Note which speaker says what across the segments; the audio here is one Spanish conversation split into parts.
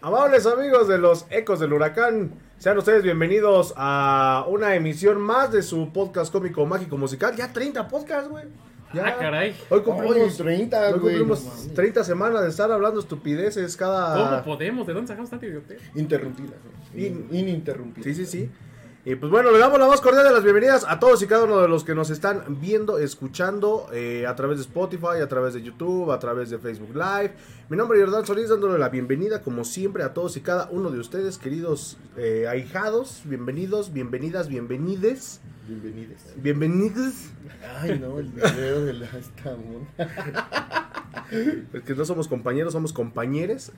Speaker 1: Amables amigos de los Ecos del Huracán, sean ustedes bienvenidos a una emisión más de su podcast cómico mágico musical. Ya 30 podcasts, güey. Ya.
Speaker 2: Ah, caray.
Speaker 1: Hoy cumplimos,
Speaker 3: 30,
Speaker 1: hoy
Speaker 3: güey.
Speaker 1: cumplimos
Speaker 3: No mames.
Speaker 1: 30 semanas de estar hablando estupideces
Speaker 3: Ah.
Speaker 2: ¿Cómo
Speaker 1: cada...
Speaker 2: podemos? ¿De dónde sacamos tanta idiotez?
Speaker 3: Interrumpidas. güey. In- ininterrumpidas.
Speaker 1: Sí, sí, sí. Y pues bueno, le damos la más cordial de las bienvenidas a todos y cada uno de los que nos están viendo, escuchando eh, a través de Spotify, a través de YouTube, a través de Facebook Live. Mi nombre es Jordán Solís, dándole la bienvenida como siempre a todos y cada uno de ustedes, queridos eh, ahijados. Bienvenidos, bienvenidas, bienvenides.
Speaker 3: Bienvenidos.
Speaker 1: Bienvenidos.
Speaker 3: Ay, no, el video de la esta mona.
Speaker 1: Porque no somos compañeros, somos compañeres.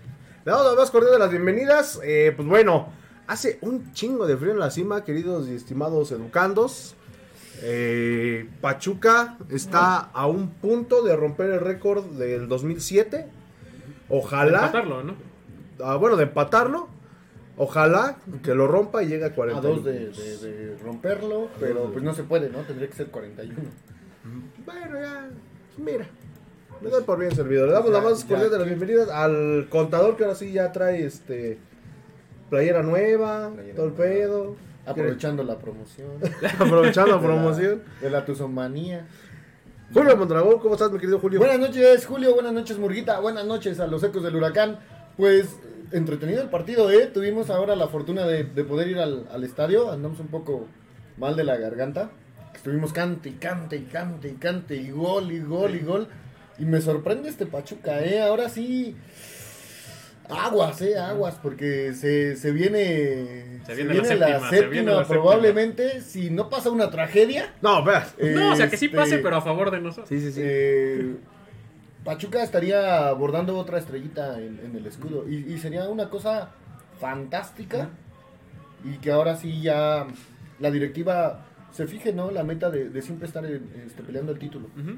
Speaker 1: Le damos la más cordial de las bienvenidas. Eh, pues bueno, hace un chingo de frío en la cima, queridos y estimados educandos. Eh, Pachuca está a un punto de romper el récord del 2007. Ojalá,
Speaker 2: Matarlo, ¿no?
Speaker 1: ah, bueno, de empatarlo. Ojalá que lo rompa y llegue a
Speaker 3: A
Speaker 1: 40.
Speaker 3: dos de, de- de romperlo, pero pues no se puede, ¿no? Tendría que ser 41.
Speaker 1: Bueno, ya, mira. Me doy por bien servido. Le damos la
Speaker 3: Ya,
Speaker 1: más
Speaker 3: ya,
Speaker 1: cordial de las
Speaker 3: ¿qué?
Speaker 1: bienvenidas al contador que ahora sí ya trae este playera nueva,
Speaker 3: Playera
Speaker 1: todo el
Speaker 3: nueva.
Speaker 1: pedo.
Speaker 3: Aprovechando la promoción.
Speaker 1: Aprovechando la
Speaker 3: De la-
Speaker 1: promoción.
Speaker 3: De la tuzomanía.
Speaker 1: Julio Mondragón, ¿cómo estás, mi querido Julio?
Speaker 3: Buenas noches, Julio. Buenas noches, Murguita. Buenas noches a los ecos del huracán. Pues entretenido el partido, ¿eh? Tuvimos ahora la fortuna de, de poder ir al, al estadio. Andamos un poco mal de la garganta. Estuvimos cante y cante y cante y cante y gol y gol y gol. Y me sorprende este Pachuca, ¿eh? Ahora sí. Aguas, eh, aguas, porque se, se viene,
Speaker 2: Se viene la séptima, se
Speaker 3: séptima,
Speaker 2: viene la séptima.
Speaker 3: probablemente, si no pasa una tragedia.
Speaker 1: No, espera.
Speaker 2: No, o sea que sí
Speaker 3: este,
Speaker 2: pase, pero a favor de nosotros.
Speaker 1: Sí, sí, sí.
Speaker 3: eh, Pachuca estaría bordando otra estrellita en, en el escudo. Y, y sería una cosa fantástica. Y que ahora sí ya la directiva se fije, ¿no? La meta de, de siempre estar en- este, peleando el título.
Speaker 2: Ujú.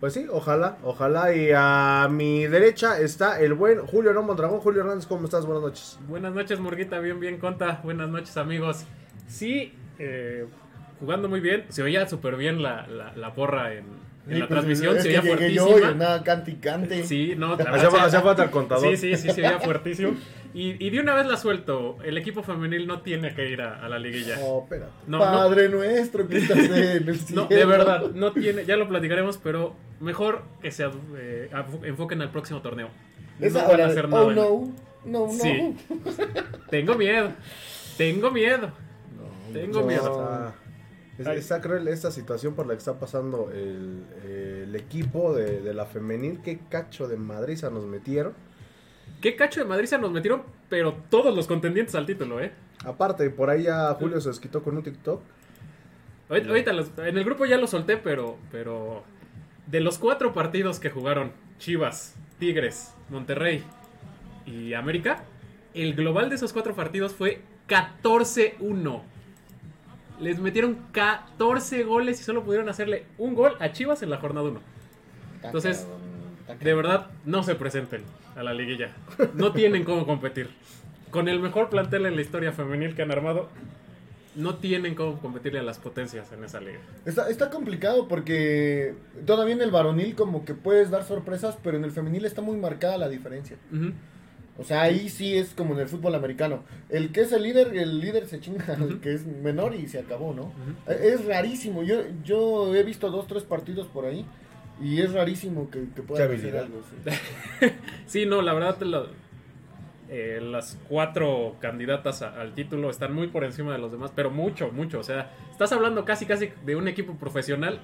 Speaker 1: Pues sí, ojalá, ojalá. Y a mi derecha está el buen Julio No Mondragón. Julio Hernández, ¿cómo estás? Buenas noches.
Speaker 2: Buenas noches, Murguita. Bien, bien, Conta. Buenas noches, amigos. Sí, eh, jugando muy bien. Se oía súper bien la, la, la porra en, en
Speaker 3: Sí,
Speaker 2: la
Speaker 3: pues,
Speaker 2: transmisión.
Speaker 3: es
Speaker 2: Se
Speaker 3: que
Speaker 2: oía
Speaker 3: llegué yo y
Speaker 2: fuertísima.
Speaker 3: andaba cante y cante.
Speaker 2: Sí, no, la
Speaker 1: Hacía
Speaker 2: verdad,
Speaker 1: hacía falta el contador.
Speaker 2: Sí, sí, sí, se oía fuertísimo. Y, y de una vez la suelto. El equipo femenil no tiene que ir a, a la liguilla.
Speaker 3: Oh, espérate.
Speaker 2: No,
Speaker 3: Padre nuestro que estás en el
Speaker 2: No,
Speaker 3: cielo.
Speaker 2: de verdad, no tiene, ya lo platicaremos, pero mejor que se eh, af- enfoquen al próximo torneo.
Speaker 3: Es
Speaker 2: no van
Speaker 3: ahora
Speaker 2: a
Speaker 3: de,
Speaker 2: hacer nada.
Speaker 3: oh, no, no, no.
Speaker 2: Sí. Tengo miedo, tengo miedo. Tengo
Speaker 1: No,
Speaker 2: miedo.
Speaker 1: está- Ah, es-
Speaker 2: Ay.
Speaker 1: está cruel esta situación por la que está pasando el, el equipo de, de la femenil. Qué cacho de madriza nos metieron.
Speaker 2: Qué cacho de Madrid se nos metieron, pero todos los contendientes al título, ¿eh?
Speaker 1: Aparte, por ahí ya Julio se desquitó con un TikTok.
Speaker 2: Ahorita, ahorita los- en el grupo ya lo solté, pero, pero de los cuatro partidos que jugaron Chivas, Tigres, Monterrey y América, el global de esos cuatro partidos fue 14-1. Les metieron 14 goles y solo pudieron hacerle un gol a Chivas en la jornada 1.
Speaker 3: Está
Speaker 2: Entonces,
Speaker 3: cabrón, está
Speaker 2: De
Speaker 3: cabrón.
Speaker 2: verdad, no se presenten a la liguilla. No tienen cómo competir. Con el mejor plantel en la historia femenil que han armado, no tienen cómo competirle a las potencias en esa liga.
Speaker 3: Está, está complicado porque todavía en el varonil como que puedes dar sorpresas, pero en el femenil está muy marcada la diferencia.
Speaker 2: Ujú.
Speaker 3: O sea, ahí sí es como en el fútbol americano. El que es el líder, el líder se chinga, el que es menor y se acabó, ¿no? E- Es rarísimo. Yo, yo he visto dos, tres partidos por ahí y es rarísimo que, que pueda
Speaker 1: Qué
Speaker 3: hacer
Speaker 1: habilidad.
Speaker 3: algo. sí.
Speaker 2: Sí, no, la verdad, lo- eh, las cuatro candidatas a- al título están muy por encima de los demás, pero mucho, mucho. O sea, estás hablando casi, casi de un equipo profesional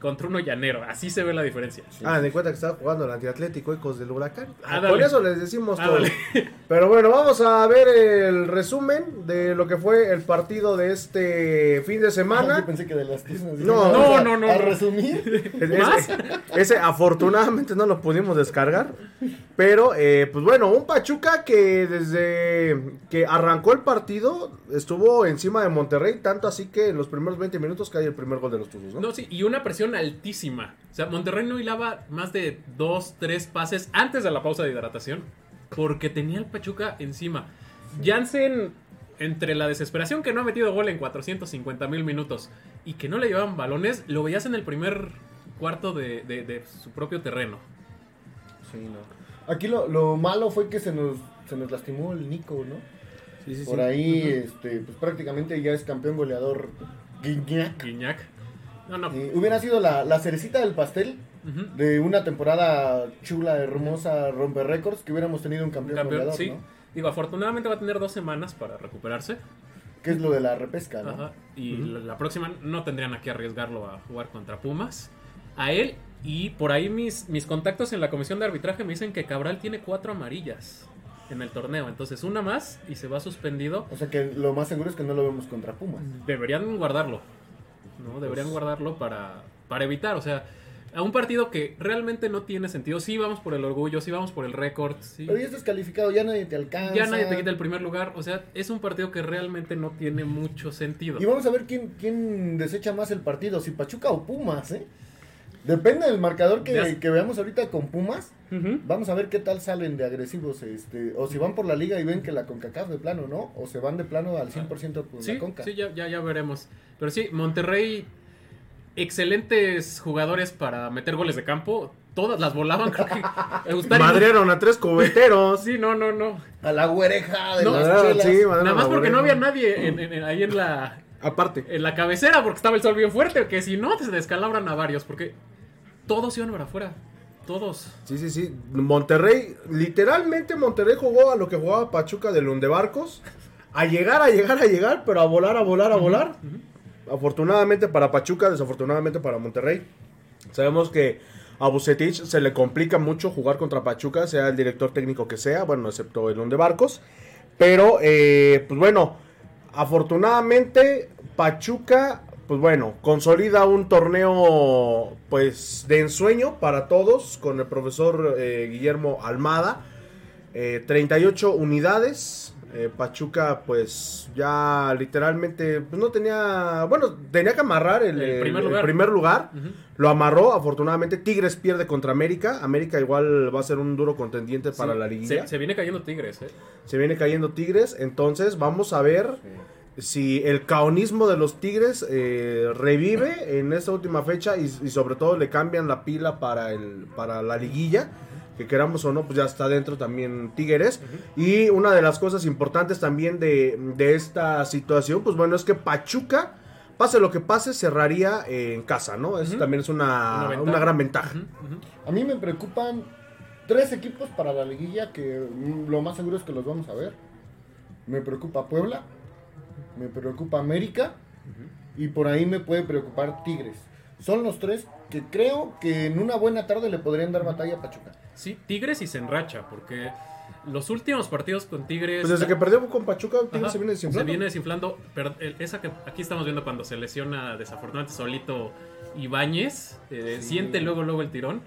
Speaker 2: contra uno llanero. Así se ve la diferencia.
Speaker 1: Ah, de cuenta que estaba jugando el antiatlético Ecos del Huracán.
Speaker 2: Ah,
Speaker 1: Por
Speaker 2: dale.
Speaker 1: eso les decimos
Speaker 2: Ah,
Speaker 1: todo.
Speaker 2: dale.
Speaker 1: Pero bueno, vamos a ver el resumen de lo que fue el partido de este fin de
Speaker 3: Yo
Speaker 1: semana.
Speaker 3: pensé que de las tiznas.
Speaker 1: No,
Speaker 3: Vamos
Speaker 2: no,
Speaker 3: a-
Speaker 2: no, no,
Speaker 3: A
Speaker 2: no.
Speaker 3: resumir.
Speaker 1: Ese-
Speaker 2: ¿Más?
Speaker 1: Ese afortunadamente no lo pudimos descargar. Pero, eh, pues bueno, un Pachuca que desde que arrancó el partido estuvo encima de Monterrey, tanto así que en los primeros 20 minutos cae el primer gol de los Tuzos, ¿no?
Speaker 2: No, sí, y una presión altísima. O sea, Monterrey no hilaba más de dos, tres pases antes de la pausa de hidratación porque tenía el Pachuca encima. Jansen, entre la desesperación que no ha metido gol en 450 mil minutos y que no le llevaban balones, lo veías en el primer cuarto de, de- de su propio terreno.
Speaker 3: Aquí lo, lo malo fue que se nos se nos lastimó el Nico, ¿no?
Speaker 1: Sí, sí,
Speaker 3: Por
Speaker 1: sí.
Speaker 3: ahí,
Speaker 1: Ujú.
Speaker 3: este, pues prácticamente ya es campeón goleador Guiñac.
Speaker 2: Guiñac. No, no.
Speaker 3: Eh, hubiera sido la, la cerecita del pastel
Speaker 2: Ujú.
Speaker 3: de una temporada chula, hermosa, rompe récords, que hubiéramos tenido un campeón,
Speaker 2: Campeón,
Speaker 3: goleador,
Speaker 2: sí.
Speaker 3: ¿no?
Speaker 2: Digo, afortunadamente va a tener dos semanas para recuperarse.
Speaker 3: Que es lo de la repesca, ¿no?
Speaker 2: Ajá. Y la, la próxima no tendrían a qué arriesgarlo a jugar contra Pumas. A él y por ahí mis, mis contactos en la comisión de arbitraje me dicen que Cabral tiene cuatro amarillas en el torneo. Entonces una más y se va suspendido.
Speaker 3: O sea que lo más seguro es que no lo vemos contra Pumas.
Speaker 2: Deberían guardarlo. ¿No? Deberían
Speaker 3: Pues-
Speaker 2: guardarlo para, para evitar. O sea, a un partido que realmente no tiene sentido. Sí vamos por el orgullo, sí vamos por el récord. Sí.
Speaker 3: Pero ya estás calificado, ya nadie te alcanza.
Speaker 2: Ya nadie te quita el primer lugar. O sea, es un partido que realmente no tiene mucho sentido.
Speaker 3: Y vamos a ver quién, quién desecha más el partido, si Pachuca o Pumas, ¿eh? Depende del marcador
Speaker 2: Ya sé.
Speaker 3: que, que veamos ahorita con Pumas.
Speaker 2: Ujú.
Speaker 3: Vamos a ver qué tal salen de agresivos, este, o si van por la liga y ven que la CONCACAF de plano, ¿no? O se van de plano al 100% por
Speaker 2: Sí,
Speaker 3: la CONCA.
Speaker 2: sí, ya, ya, ya veremos. Pero sí, Monterrey, excelentes jugadores para meter goles de campo. Todas las volaban, creo que. Eustario-
Speaker 1: Madrearon a tres cubeteros.
Speaker 2: Sí, no, no, no.
Speaker 3: A la güereja de
Speaker 2: No,
Speaker 3: las
Speaker 1: Madrearon,
Speaker 3: chelas.
Speaker 1: sí, madrearon
Speaker 2: Nada más
Speaker 1: a
Speaker 2: porque no
Speaker 1: Borrego.
Speaker 2: había nadie en- en- en- ahí en la,
Speaker 1: Aparte.
Speaker 2: en la cabecera porque estaba el sol bien fuerte. Que si no, se descalabran a varios porque todos iban para afuera. Todos.
Speaker 1: Sí, sí, sí. Monterrey, literalmente Monterrey jugó a lo que jugaba Pachuca de Lundebarcos. A llegar, a llegar, a llegar, pero a volar, a volar, a volar. Afortunadamente para Pachuca, desafortunadamente para Monterrey. Sabemos que a Bucetich se le complica mucho jugar contra Pachuca, sea el director técnico que sea, bueno, excepto el Lundebarcos. Pero, eh, pues bueno, afortunadamente Pachuca, pues bueno, consolida un torneo pues de ensueño para todos con el profesor eh, Guillermo Almada. Eh, 38 unidades. Eh, Pachuca pues ya literalmente pues, no tenía, bueno, tenía que amarrar el,
Speaker 2: El primer
Speaker 1: el- el
Speaker 2: lugar.
Speaker 1: primer lugar.
Speaker 2: Ujú.
Speaker 1: Lo amarró, afortunadamente. Tigres pierde contra América. América igual va a ser un duro contendiente para
Speaker 2: Sí,
Speaker 1: la liguilla.
Speaker 2: Se, se viene cayendo Tigres, ¿eh?
Speaker 1: Se viene cayendo Tigres, entonces vamos a ver si el caonismo de los Tigres eh, revive en esta última fecha y, y sobre todo le cambian la pila para, el, para la liguilla. Que queramos o no, pues ya está dentro también Tigres. Y una de las cosas importantes también de, de esta situación, pues bueno, es que Pachuca, pase lo que pase, cerraría eh, en casa, ¿no? Eso
Speaker 2: Ujú.
Speaker 1: también es una,
Speaker 2: Una
Speaker 1: una,
Speaker 2: ventaja.
Speaker 1: gran ventaja.
Speaker 2: Ujú, ujú.
Speaker 3: A mí me preocupan tres equipos para la liguilla que mm, lo más seguro es que los vamos a ver. Me preocupa Puebla, me preocupa América y por ahí me puede preocupar Tigres. Son los tres que creo que en una buena tarde le podrían dar batalla a Pachuca.
Speaker 2: Sí, Tigres y se enracha, porque los últimos partidos con Tigres.
Speaker 1: Pues desde que perdió con Pachuca, Tigres
Speaker 2: Ajá,
Speaker 1: se viene desinflando.
Speaker 2: viene desinflando, pero el- esa que aquí estamos viendo cuando se lesiona desafortunadamente solito Ibáñez, eh,
Speaker 3: Sí.
Speaker 2: siente luego luego el tirón.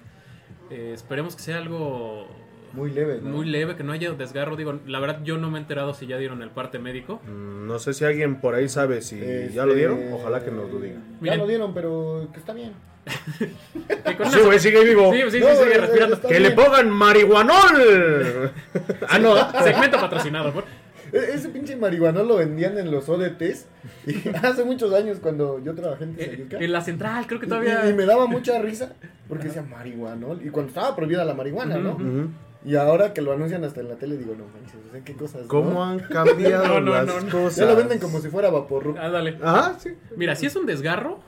Speaker 2: Eh, esperemos que sea algo
Speaker 3: Muy leve, ¿no?
Speaker 2: muy leve, que no haya desgarro. Digo, la verdad yo no me he enterado si ya dieron el parte médico.
Speaker 1: Mm, No sé si alguien por ahí sabe si ya lo
Speaker 3: Este,
Speaker 1: dieron. Ojalá que nos lo digan.
Speaker 3: Ya
Speaker 2: Miren.
Speaker 3: lo dieron, pero que está bien.
Speaker 2: Que con
Speaker 1: Sí,
Speaker 2: una-
Speaker 1: güey, sigue vivo.
Speaker 2: Sí, sí, sí,
Speaker 3: No,
Speaker 2: sigue
Speaker 3: eh,
Speaker 2: respirando.
Speaker 3: está
Speaker 1: que le
Speaker 3: bien.
Speaker 1: pongan marihuanol. ah, no.
Speaker 2: Segmento patrocinado. por-
Speaker 3: E- Ese pinche marihuana lo vendían en los ODTs y hace muchos años cuando yo trabajé en
Speaker 2: eh,
Speaker 3: Tizayuca.
Speaker 2: En la central, creo que
Speaker 3: Y-
Speaker 2: todavía.
Speaker 3: Y, me daba mucha risa porque decía marihuanol. Y cuando estaba prohibida la marihuana, ¿no?
Speaker 2: Ujú,
Speaker 1: Ujú.
Speaker 3: Y ahora que lo anuncian hasta en la tele, digo, no manches, o sea, qué cosas.
Speaker 1: ¿Cómo
Speaker 3: ¿no?
Speaker 1: han cambiado
Speaker 2: No, no,
Speaker 1: las
Speaker 2: no, no.
Speaker 1: cosas?
Speaker 3: Ya lo venden como si fuera vapor.
Speaker 2: Ándale.
Speaker 1: Ajá, sí.
Speaker 2: Mira, si es un desgarro.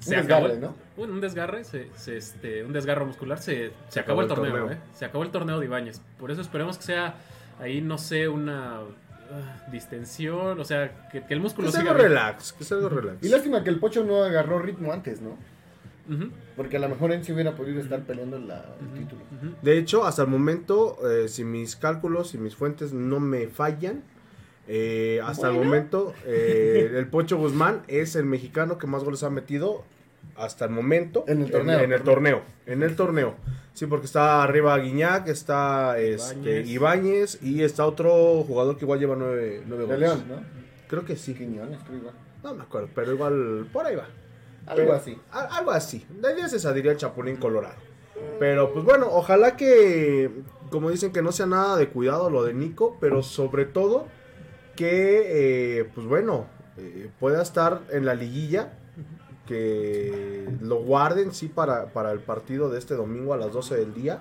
Speaker 2: Se
Speaker 3: desgarre,
Speaker 2: acabó,
Speaker 3: ¿no?
Speaker 2: un- Un desgarre, se, se, este, un desgarro muscular, se, se, acabó, el torneo, ¿eh? Se acabó el torneo de Ibáñez. Por eso esperemos que sea ahí, no sé, una ah, distensión, o sea, que, que el
Speaker 1: Que
Speaker 2: músculo
Speaker 1: es
Speaker 2: siga.
Speaker 1: algo
Speaker 2: bien.
Speaker 1: relax, que es algo relax.
Speaker 3: Y lástima que el pocho no agarró ritmo antes, ¿no?
Speaker 2: Ujú,
Speaker 3: Porque a lo mejor él sí hubiera podido estar peleando la- el
Speaker 2: ujú,
Speaker 3: título.
Speaker 2: ujú.
Speaker 1: De hecho, hasta el momento, eh, si mis cálculos y mis fuentes no me fallan, eh, hasta el
Speaker 3: Bueno.
Speaker 1: momento, eh, el Pocho Guzmán es el mexicano que más goles ha metido hasta el momento
Speaker 3: En el torneo.
Speaker 1: En, el torneo. En el torneo. Sí, porque está arriba Guiñac, está este,
Speaker 2: Ibáñez.
Speaker 1: Ibáñez y está otro jugador que igual lleva nueve, nueve
Speaker 3: De
Speaker 1: goles.
Speaker 3: León, ¿no?
Speaker 1: Creo que sí.
Speaker 3: Quiñones, creo igual.
Speaker 1: No me acuerdo, pero igual por ahí va.
Speaker 3: Algo así.
Speaker 1: A- algo así. La idea es esa, diría el Chapulín Colorado. Pero pues bueno, ojalá que, como dicen, que no sea nada de cuidado lo de Nico, pero sobre todo que, eh, pues bueno, eh, pueda estar en la liguilla, que lo guarden, sí, para, para el partido de este domingo a las 12 del día.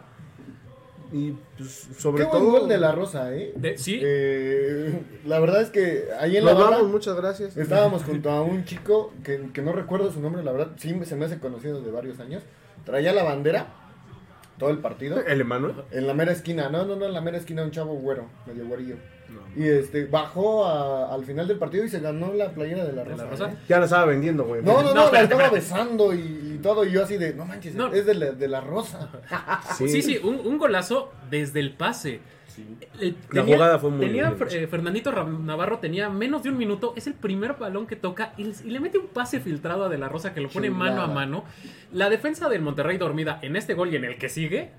Speaker 1: Y pues, sobre
Speaker 3: Qué buen
Speaker 1: todo.
Speaker 3: gol de la Rosa, ¿eh?
Speaker 2: De- sí,
Speaker 3: Eh, la verdad es que ahí en la
Speaker 1: Nos
Speaker 3: barra
Speaker 1: vamos, muchas gracias.
Speaker 3: estábamos junto a un chico que, que no recuerdo su nombre, la verdad, sí se me hace conocido de varios años. Traía la bandera todo el partido
Speaker 1: ¿El Emanuel?
Speaker 3: en la mera esquina. No, no, no, en la mera esquina un chavo güero, medio güerillo.
Speaker 1: No.
Speaker 3: Y este bajó a- al final del partido y se ganó la playera de la
Speaker 2: ¿De
Speaker 3: Rosa.
Speaker 2: la Rosa?
Speaker 3: ¿eh?
Speaker 1: Ya la estaba vendiendo, güey.
Speaker 3: No, no, no,
Speaker 2: No,
Speaker 3: la
Speaker 2: espérate,
Speaker 3: estaba
Speaker 2: espérate.
Speaker 3: besando y, y todo, y yo así de, no manches,
Speaker 2: No.
Speaker 3: es de la, de la rosa.
Speaker 1: Sí,
Speaker 2: sí, sí, un, un golazo desde el pase. El-
Speaker 1: La
Speaker 2: tenía-
Speaker 1: jugada fue muy
Speaker 2: tenía
Speaker 1: bien
Speaker 2: Fer-
Speaker 1: hecha.
Speaker 2: eh, Fernandito Ra- Navarro tenía menos de un minuto. Es el primer balón que toca y, y le mete un pase filtrado a De La Rosa que lo pone
Speaker 3: Chulada.
Speaker 2: mano a mano. La defensa del Monterrey dormida en este gol y en el que sigue.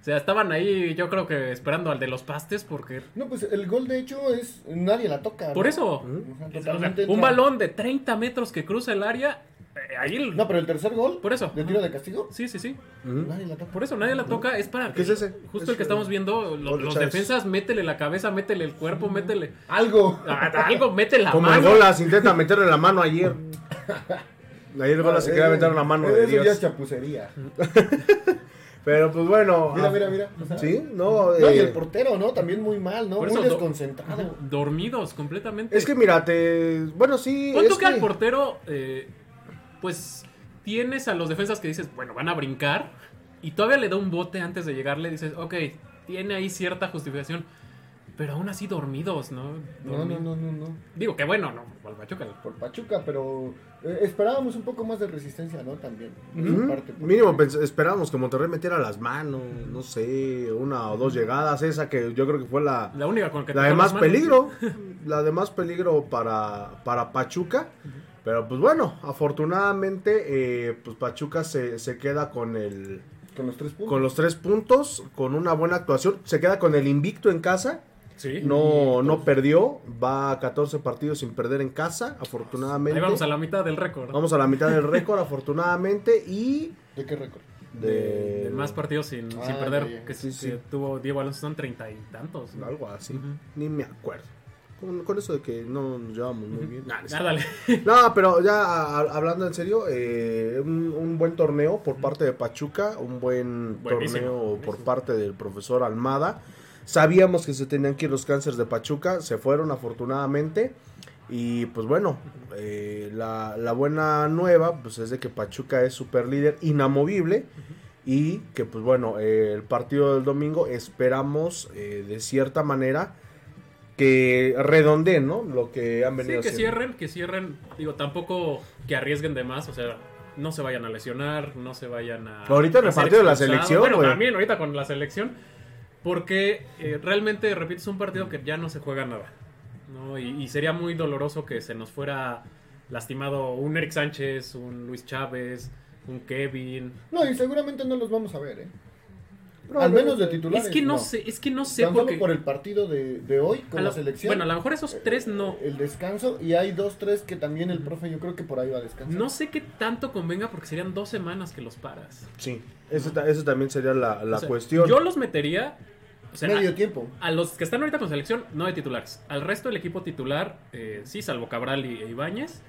Speaker 2: O sea, estaban ahí, yo creo que esperando al de los pastes porque.
Speaker 3: No, pues el gol de hecho es, nadie la toca. ¿no?
Speaker 2: Por eso.
Speaker 1: Mm.
Speaker 3: Ajá,
Speaker 2: o sea,
Speaker 3: totalmente
Speaker 2: un
Speaker 3: entra.
Speaker 2: balón de 30 metros que cruza el área. eh, ahí. el-
Speaker 3: No, pero el tercer gol,
Speaker 2: Por eso.
Speaker 3: de tiro de castigo,
Speaker 2: Sí, sí, sí.
Speaker 1: Ujú.
Speaker 3: nadie la toca.
Speaker 2: Por eso nadie la toca, es para.
Speaker 1: ¿Qué es ese?
Speaker 2: Justo
Speaker 1: Es
Speaker 2: el que estamos viendo, lo-
Speaker 1: Gol de
Speaker 2: los
Speaker 1: Chávez.
Speaker 2: defensas, métele la cabeza, métele el cuerpo, métele.
Speaker 3: Algo.
Speaker 1: Ah,
Speaker 2: a- a Algo, métele pues, la
Speaker 1: Como el
Speaker 2: mano.
Speaker 1: Golas intenta meterle la mano ayer. Ayer el Golas se quería
Speaker 3: Eh,
Speaker 1: meter la mano
Speaker 3: eh,
Speaker 1: de
Speaker 3: eso ya
Speaker 1: Dios.
Speaker 3: es chapucería.
Speaker 1: Pero pues bueno.
Speaker 3: Mira,
Speaker 1: ah,
Speaker 3: mira, mira. o sea,
Speaker 1: Sí, no.
Speaker 3: no, y
Speaker 1: eh,
Speaker 3: el portero, ¿no? También muy mal, ¿no?
Speaker 2: Por
Speaker 3: Muy
Speaker 2: eso, do-
Speaker 3: desconcentrado.
Speaker 2: Dormidos completamente.
Speaker 1: es que mira, te. Bueno, sí.
Speaker 2: Punto
Speaker 1: es
Speaker 2: que al
Speaker 1: que-
Speaker 2: portero, eh, pues tienes a los defensas que dices, bueno, van a brincar. Y todavía le da un bote antes de llegarle. Dices, ok, tiene ahí cierta justificación. Pero aún así dormidos, ¿no?
Speaker 3: No, no,
Speaker 2: Dormi-
Speaker 3: no, no, no.
Speaker 2: Digo que bueno, no, pues, al Pachuca.
Speaker 3: Por Pachuca, pero eh, esperábamos un poco más de resistencia, ¿no? También. por su
Speaker 1: Ujú.
Speaker 3: parte, porque-
Speaker 1: Mínimo pens- esperábamos que Monterrey metiera las manos, no sé, una o dos llegadas, esa que yo creo que fue la,
Speaker 2: La única con la que
Speaker 1: la
Speaker 2: tocó
Speaker 1: de más
Speaker 2: las manos.
Speaker 1: peligro, la de más peligro para, para Pachuca. Pero pues bueno, afortunadamente eh, pues Pachuca se, se queda con el
Speaker 3: Con los tres puntos.
Speaker 1: con los tres puntos, con una buena actuación, se queda con el invicto en casa,
Speaker 2: Sí.
Speaker 1: no, no perdió, va a 14 partidos sin perder en casa, afortunadamente.
Speaker 2: Ahí vamos a la mitad del récord.
Speaker 1: Vamos a la mitad del récord, afortunadamente, y
Speaker 3: ¿De qué récord?
Speaker 1: de,
Speaker 2: De más partidos sin, sin
Speaker 3: Ah,
Speaker 2: perder
Speaker 3: ya, ya.
Speaker 2: que,
Speaker 1: Sí,
Speaker 2: que
Speaker 1: sí.
Speaker 2: tuvo Diego Alonso son treinta y tantos. ¿no?
Speaker 1: algo así,
Speaker 2: Ujú.
Speaker 1: ni me acuerdo. Con, con eso de que no nos llevamos muy bien. Nah, no es
Speaker 2: Ah, dale.
Speaker 1: No, pero ya a- a- hablando en serio, eh, un, un buen torneo por parte de Pachuca, un buen
Speaker 2: Buenísimo,
Speaker 1: torneo por
Speaker 2: buenísimo.
Speaker 1: parte del profesor Almada. Sabíamos que se tenían que ir los cánceres de Pachuca, se fueron afortunadamente. Y pues bueno, eh, la, la buena nueva pues es de que Pachuca es super líder inamovible. Y que pues bueno, eh, el partido del domingo esperamos eh, de cierta manera que redondeen, ¿no? Lo que han
Speaker 2: Sí,
Speaker 1: venido
Speaker 2: que
Speaker 1: haciendo.
Speaker 2: cierren, que cierren. Digo, tampoco que arriesguen de más, o sea, no se vayan a lesionar, no se vayan a.
Speaker 1: Ahorita en el
Speaker 2: a ser
Speaker 1: partido de la
Speaker 2: expulsados.
Speaker 1: selección,
Speaker 2: Bueno,
Speaker 1: güey.
Speaker 2: también ahorita con la selección. Porque eh, realmente, repito, es un partido que ya no se juega nada. ¿no? Y, y sería muy doloroso que se nos fuera lastimado un Eric Sánchez, un Luis Chávez, un Kevin.
Speaker 3: No, y seguramente no los vamos a ver, ¿eh?
Speaker 1: No,
Speaker 3: Al
Speaker 1: no,
Speaker 3: menos de titulares.
Speaker 2: es que no, sé, es que no sé
Speaker 3: Tan solo
Speaker 2: porque.
Speaker 3: por el partido de, de hoy
Speaker 2: a
Speaker 3: con
Speaker 2: lo-
Speaker 3: la selección.
Speaker 2: Bueno, a lo mejor esos tres no.
Speaker 3: El descanso. Y hay dos, tres que también el profe, yo creo que por ahí va a descansar.
Speaker 2: No sé qué tanto convenga porque serían dos semanas que los paras.
Speaker 1: Sí, eso, ta- eso también sería la, la
Speaker 2: O sea,
Speaker 1: cuestión.
Speaker 2: Yo los metería. o sea,
Speaker 3: Medio tiempo.
Speaker 2: a, a los que están ahorita con selección, no de titulares. Al resto del equipo titular, eh, sí, salvo Cabral y e Ibáñez.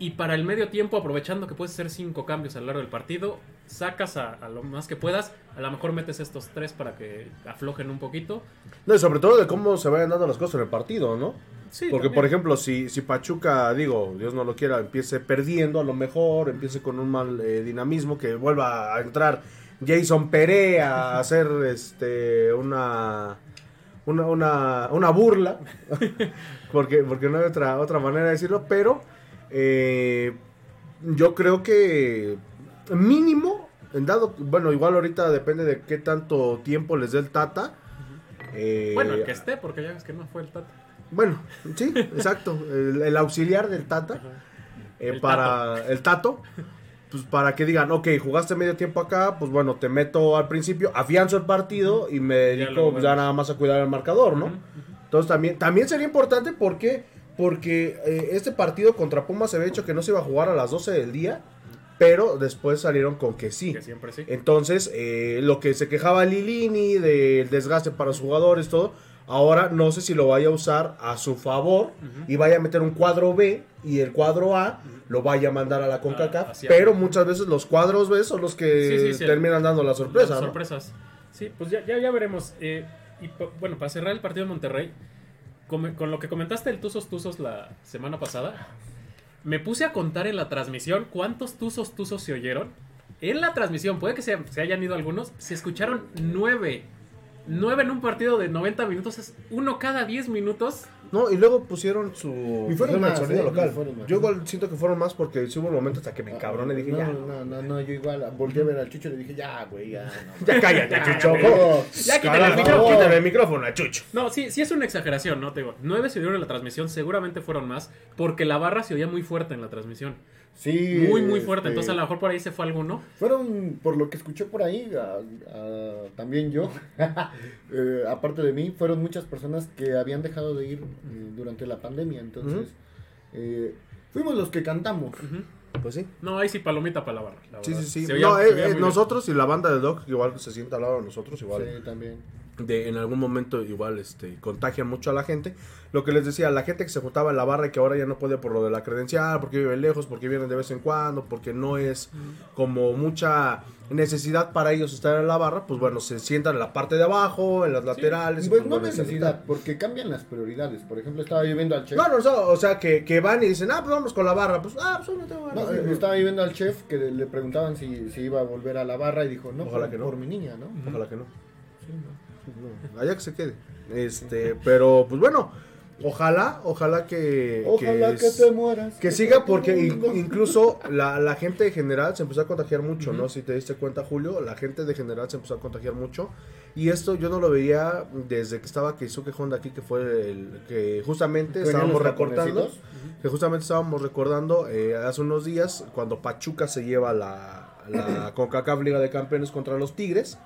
Speaker 2: Y para el medio tiempo, aprovechando que puedes hacer cinco cambios a lo largo del partido, sacas a, a lo más que puedas. A lo mejor metes estos tres para que aflojen un poquito.
Speaker 1: No, y sobre todo de cómo se vayan dando las cosas en el partido, ¿no?
Speaker 2: Sí,
Speaker 1: Porque,
Speaker 2: también.
Speaker 1: por ejemplo, si, si Pachuca, digo, Dios no lo quiera, empiece perdiendo a lo mejor, empiece con un mal eh, dinamismo, que vuelva a entrar Jason Pere a hacer este una una, una, una burla, porque, porque no hay otra, otra manera de decirlo, pero eh, yo creo que mínimo, en dado, bueno, igual ahorita depende de qué tanto tiempo les dé el Tata. eh,
Speaker 2: Bueno, el que esté, porque ya ves que no fue el Tata.
Speaker 1: bueno, sí, exacto. El, el auxiliar del Tata. eh,
Speaker 2: El
Speaker 1: para el Tato. Pues para que digan, ok, jugaste medio tiempo acá, pues bueno, te meto al principio, afianzo el partido y me
Speaker 2: Ya
Speaker 1: dedico
Speaker 2: lo
Speaker 1: pues,
Speaker 2: vemos.
Speaker 1: ya nada más a cuidar el marcador, ¿no?
Speaker 2: Ujú,
Speaker 1: Entonces también, también sería importante porque, porque eh, este partido contra Pumas se había dicho que no se iba a jugar a las 12 del día, pero después salieron con que sí.
Speaker 2: Que siempre sí.
Speaker 1: Entonces, eh, lo que se quejaba Lilini del desgaste para los jugadores, todo, ahora no sé si lo vaya a usar a su favor y vaya a meter un cuadro B y el cuadro A lo vaya a mandar a la CONCACAF,
Speaker 2: hacia-
Speaker 1: pero muchas veces los cuadros B son los que
Speaker 2: Sí, sí, sí.
Speaker 1: terminan dando la sorpresa.
Speaker 2: Las
Speaker 1: ¿no?
Speaker 2: sorpresas. Sí, pues ya, ya, ya veremos. Eh, y pa- bueno, para cerrar el partido de Monterrey, come- con lo que comentaste del Tuzos Tuzos la semana pasada, me puse a contar en la transmisión cuántos Tuzos Tuzos se oyeron. En la transmisión, puede que se, se hayan ido algunos, se escucharon nueve. Nueve en un partido de 90 minutos es uno cada 10 minutos.
Speaker 1: No, y luego pusieron su.
Speaker 3: Y fueron
Speaker 1: pusieron
Speaker 3: más,
Speaker 1: el sonido
Speaker 3: ¿eh?
Speaker 1: local.
Speaker 3: Y fueron más.
Speaker 1: Yo igual siento que fueron más porque sí hubo un momento hasta que me encabroné y dije,
Speaker 3: no,
Speaker 1: ya.
Speaker 3: No, no, no, yo igual volteé a ver al Chucho y le dije, ya, güey, ya. No,
Speaker 1: Ya cállate, Chucho.
Speaker 2: Ya quítale el
Speaker 1: Carajo,
Speaker 2: micrófono.
Speaker 1: quítale el micrófono a Chucho.
Speaker 2: No, sí, sí es una exageración, ¿no? Te digo, nueve se oyeron en la transmisión, seguramente fueron más, porque la barra se oía muy fuerte en la transmisión.
Speaker 3: sí.
Speaker 2: Muy, muy fuerte.
Speaker 3: este,
Speaker 2: Entonces a lo mejor por ahí se fue alguno.
Speaker 3: Fueron, por lo que escuché por ahí, a- a- también yo, eh, aparte de mí, fueron muchas personas que habían dejado de ir eh, durante la pandemia. Entonces, eh, fuimos los que cantamos.
Speaker 1: Pues sí.
Speaker 2: No, ahí sí palomita para la barra. la
Speaker 1: Sí,
Speaker 2: verdad.
Speaker 1: sí, sí.
Speaker 2: Se oía-
Speaker 1: no,
Speaker 2: se
Speaker 1: eh,
Speaker 2: oía
Speaker 1: eh,
Speaker 2: muy bien.
Speaker 1: nosotros y la banda de Doc, igual que se sienta al lado de nosotros, igual.
Speaker 3: Sí, también.
Speaker 1: de en algún momento igual este contagian mucho a la gente. Lo que les decía, la gente que se juntaba en la barra y que ahora ya no puede por lo de la credencial, porque vive lejos, porque vienen de vez en cuando, porque no es como mucha necesidad para ellos estar en la barra, pues bueno, se sientan en la parte de abajo, en las laterales. y
Speaker 3: Pues no
Speaker 1: bueno, se
Speaker 3: necesidad, porque cambian las prioridades. Por ejemplo, estaba yo viendo al chef.
Speaker 1: sientan. No, no, no, o sea, que, que van y dicen, ah, pues vamos con la barra, pues, ah, pues no tengo ganas
Speaker 3: No,
Speaker 1: de ir".
Speaker 3: eh, estaba ahí viendo al chef que le le preguntaban si, si iba a volver a la barra y dijo, no,
Speaker 1: Ojalá
Speaker 3: por,
Speaker 1: que no.
Speaker 3: por mi niña, ¿no?
Speaker 1: Ojalá que no. No, Allá que se quede. Este, pero pues bueno, ojalá, ojalá que...
Speaker 3: Ojalá que,
Speaker 1: es-
Speaker 3: te mueras.
Speaker 1: Que siga porque in- incluso la, la gente de general se empezó a contagiar mucho, ¿no? Si te diste cuenta, Julio, la gente de general se empezó a contagiar mucho. Y esto yo no lo veía desde que estaba Keisuke Honda aquí, que fue el que justamente
Speaker 3: Que venían
Speaker 1: estábamos
Speaker 3: los
Speaker 1: recortando.
Speaker 3: japonesitos.
Speaker 1: Que justamente estábamos recordando eh, hace unos días cuando Pachuca se lleva la, la CONCACAF Liga de Campeones contra los Tigres.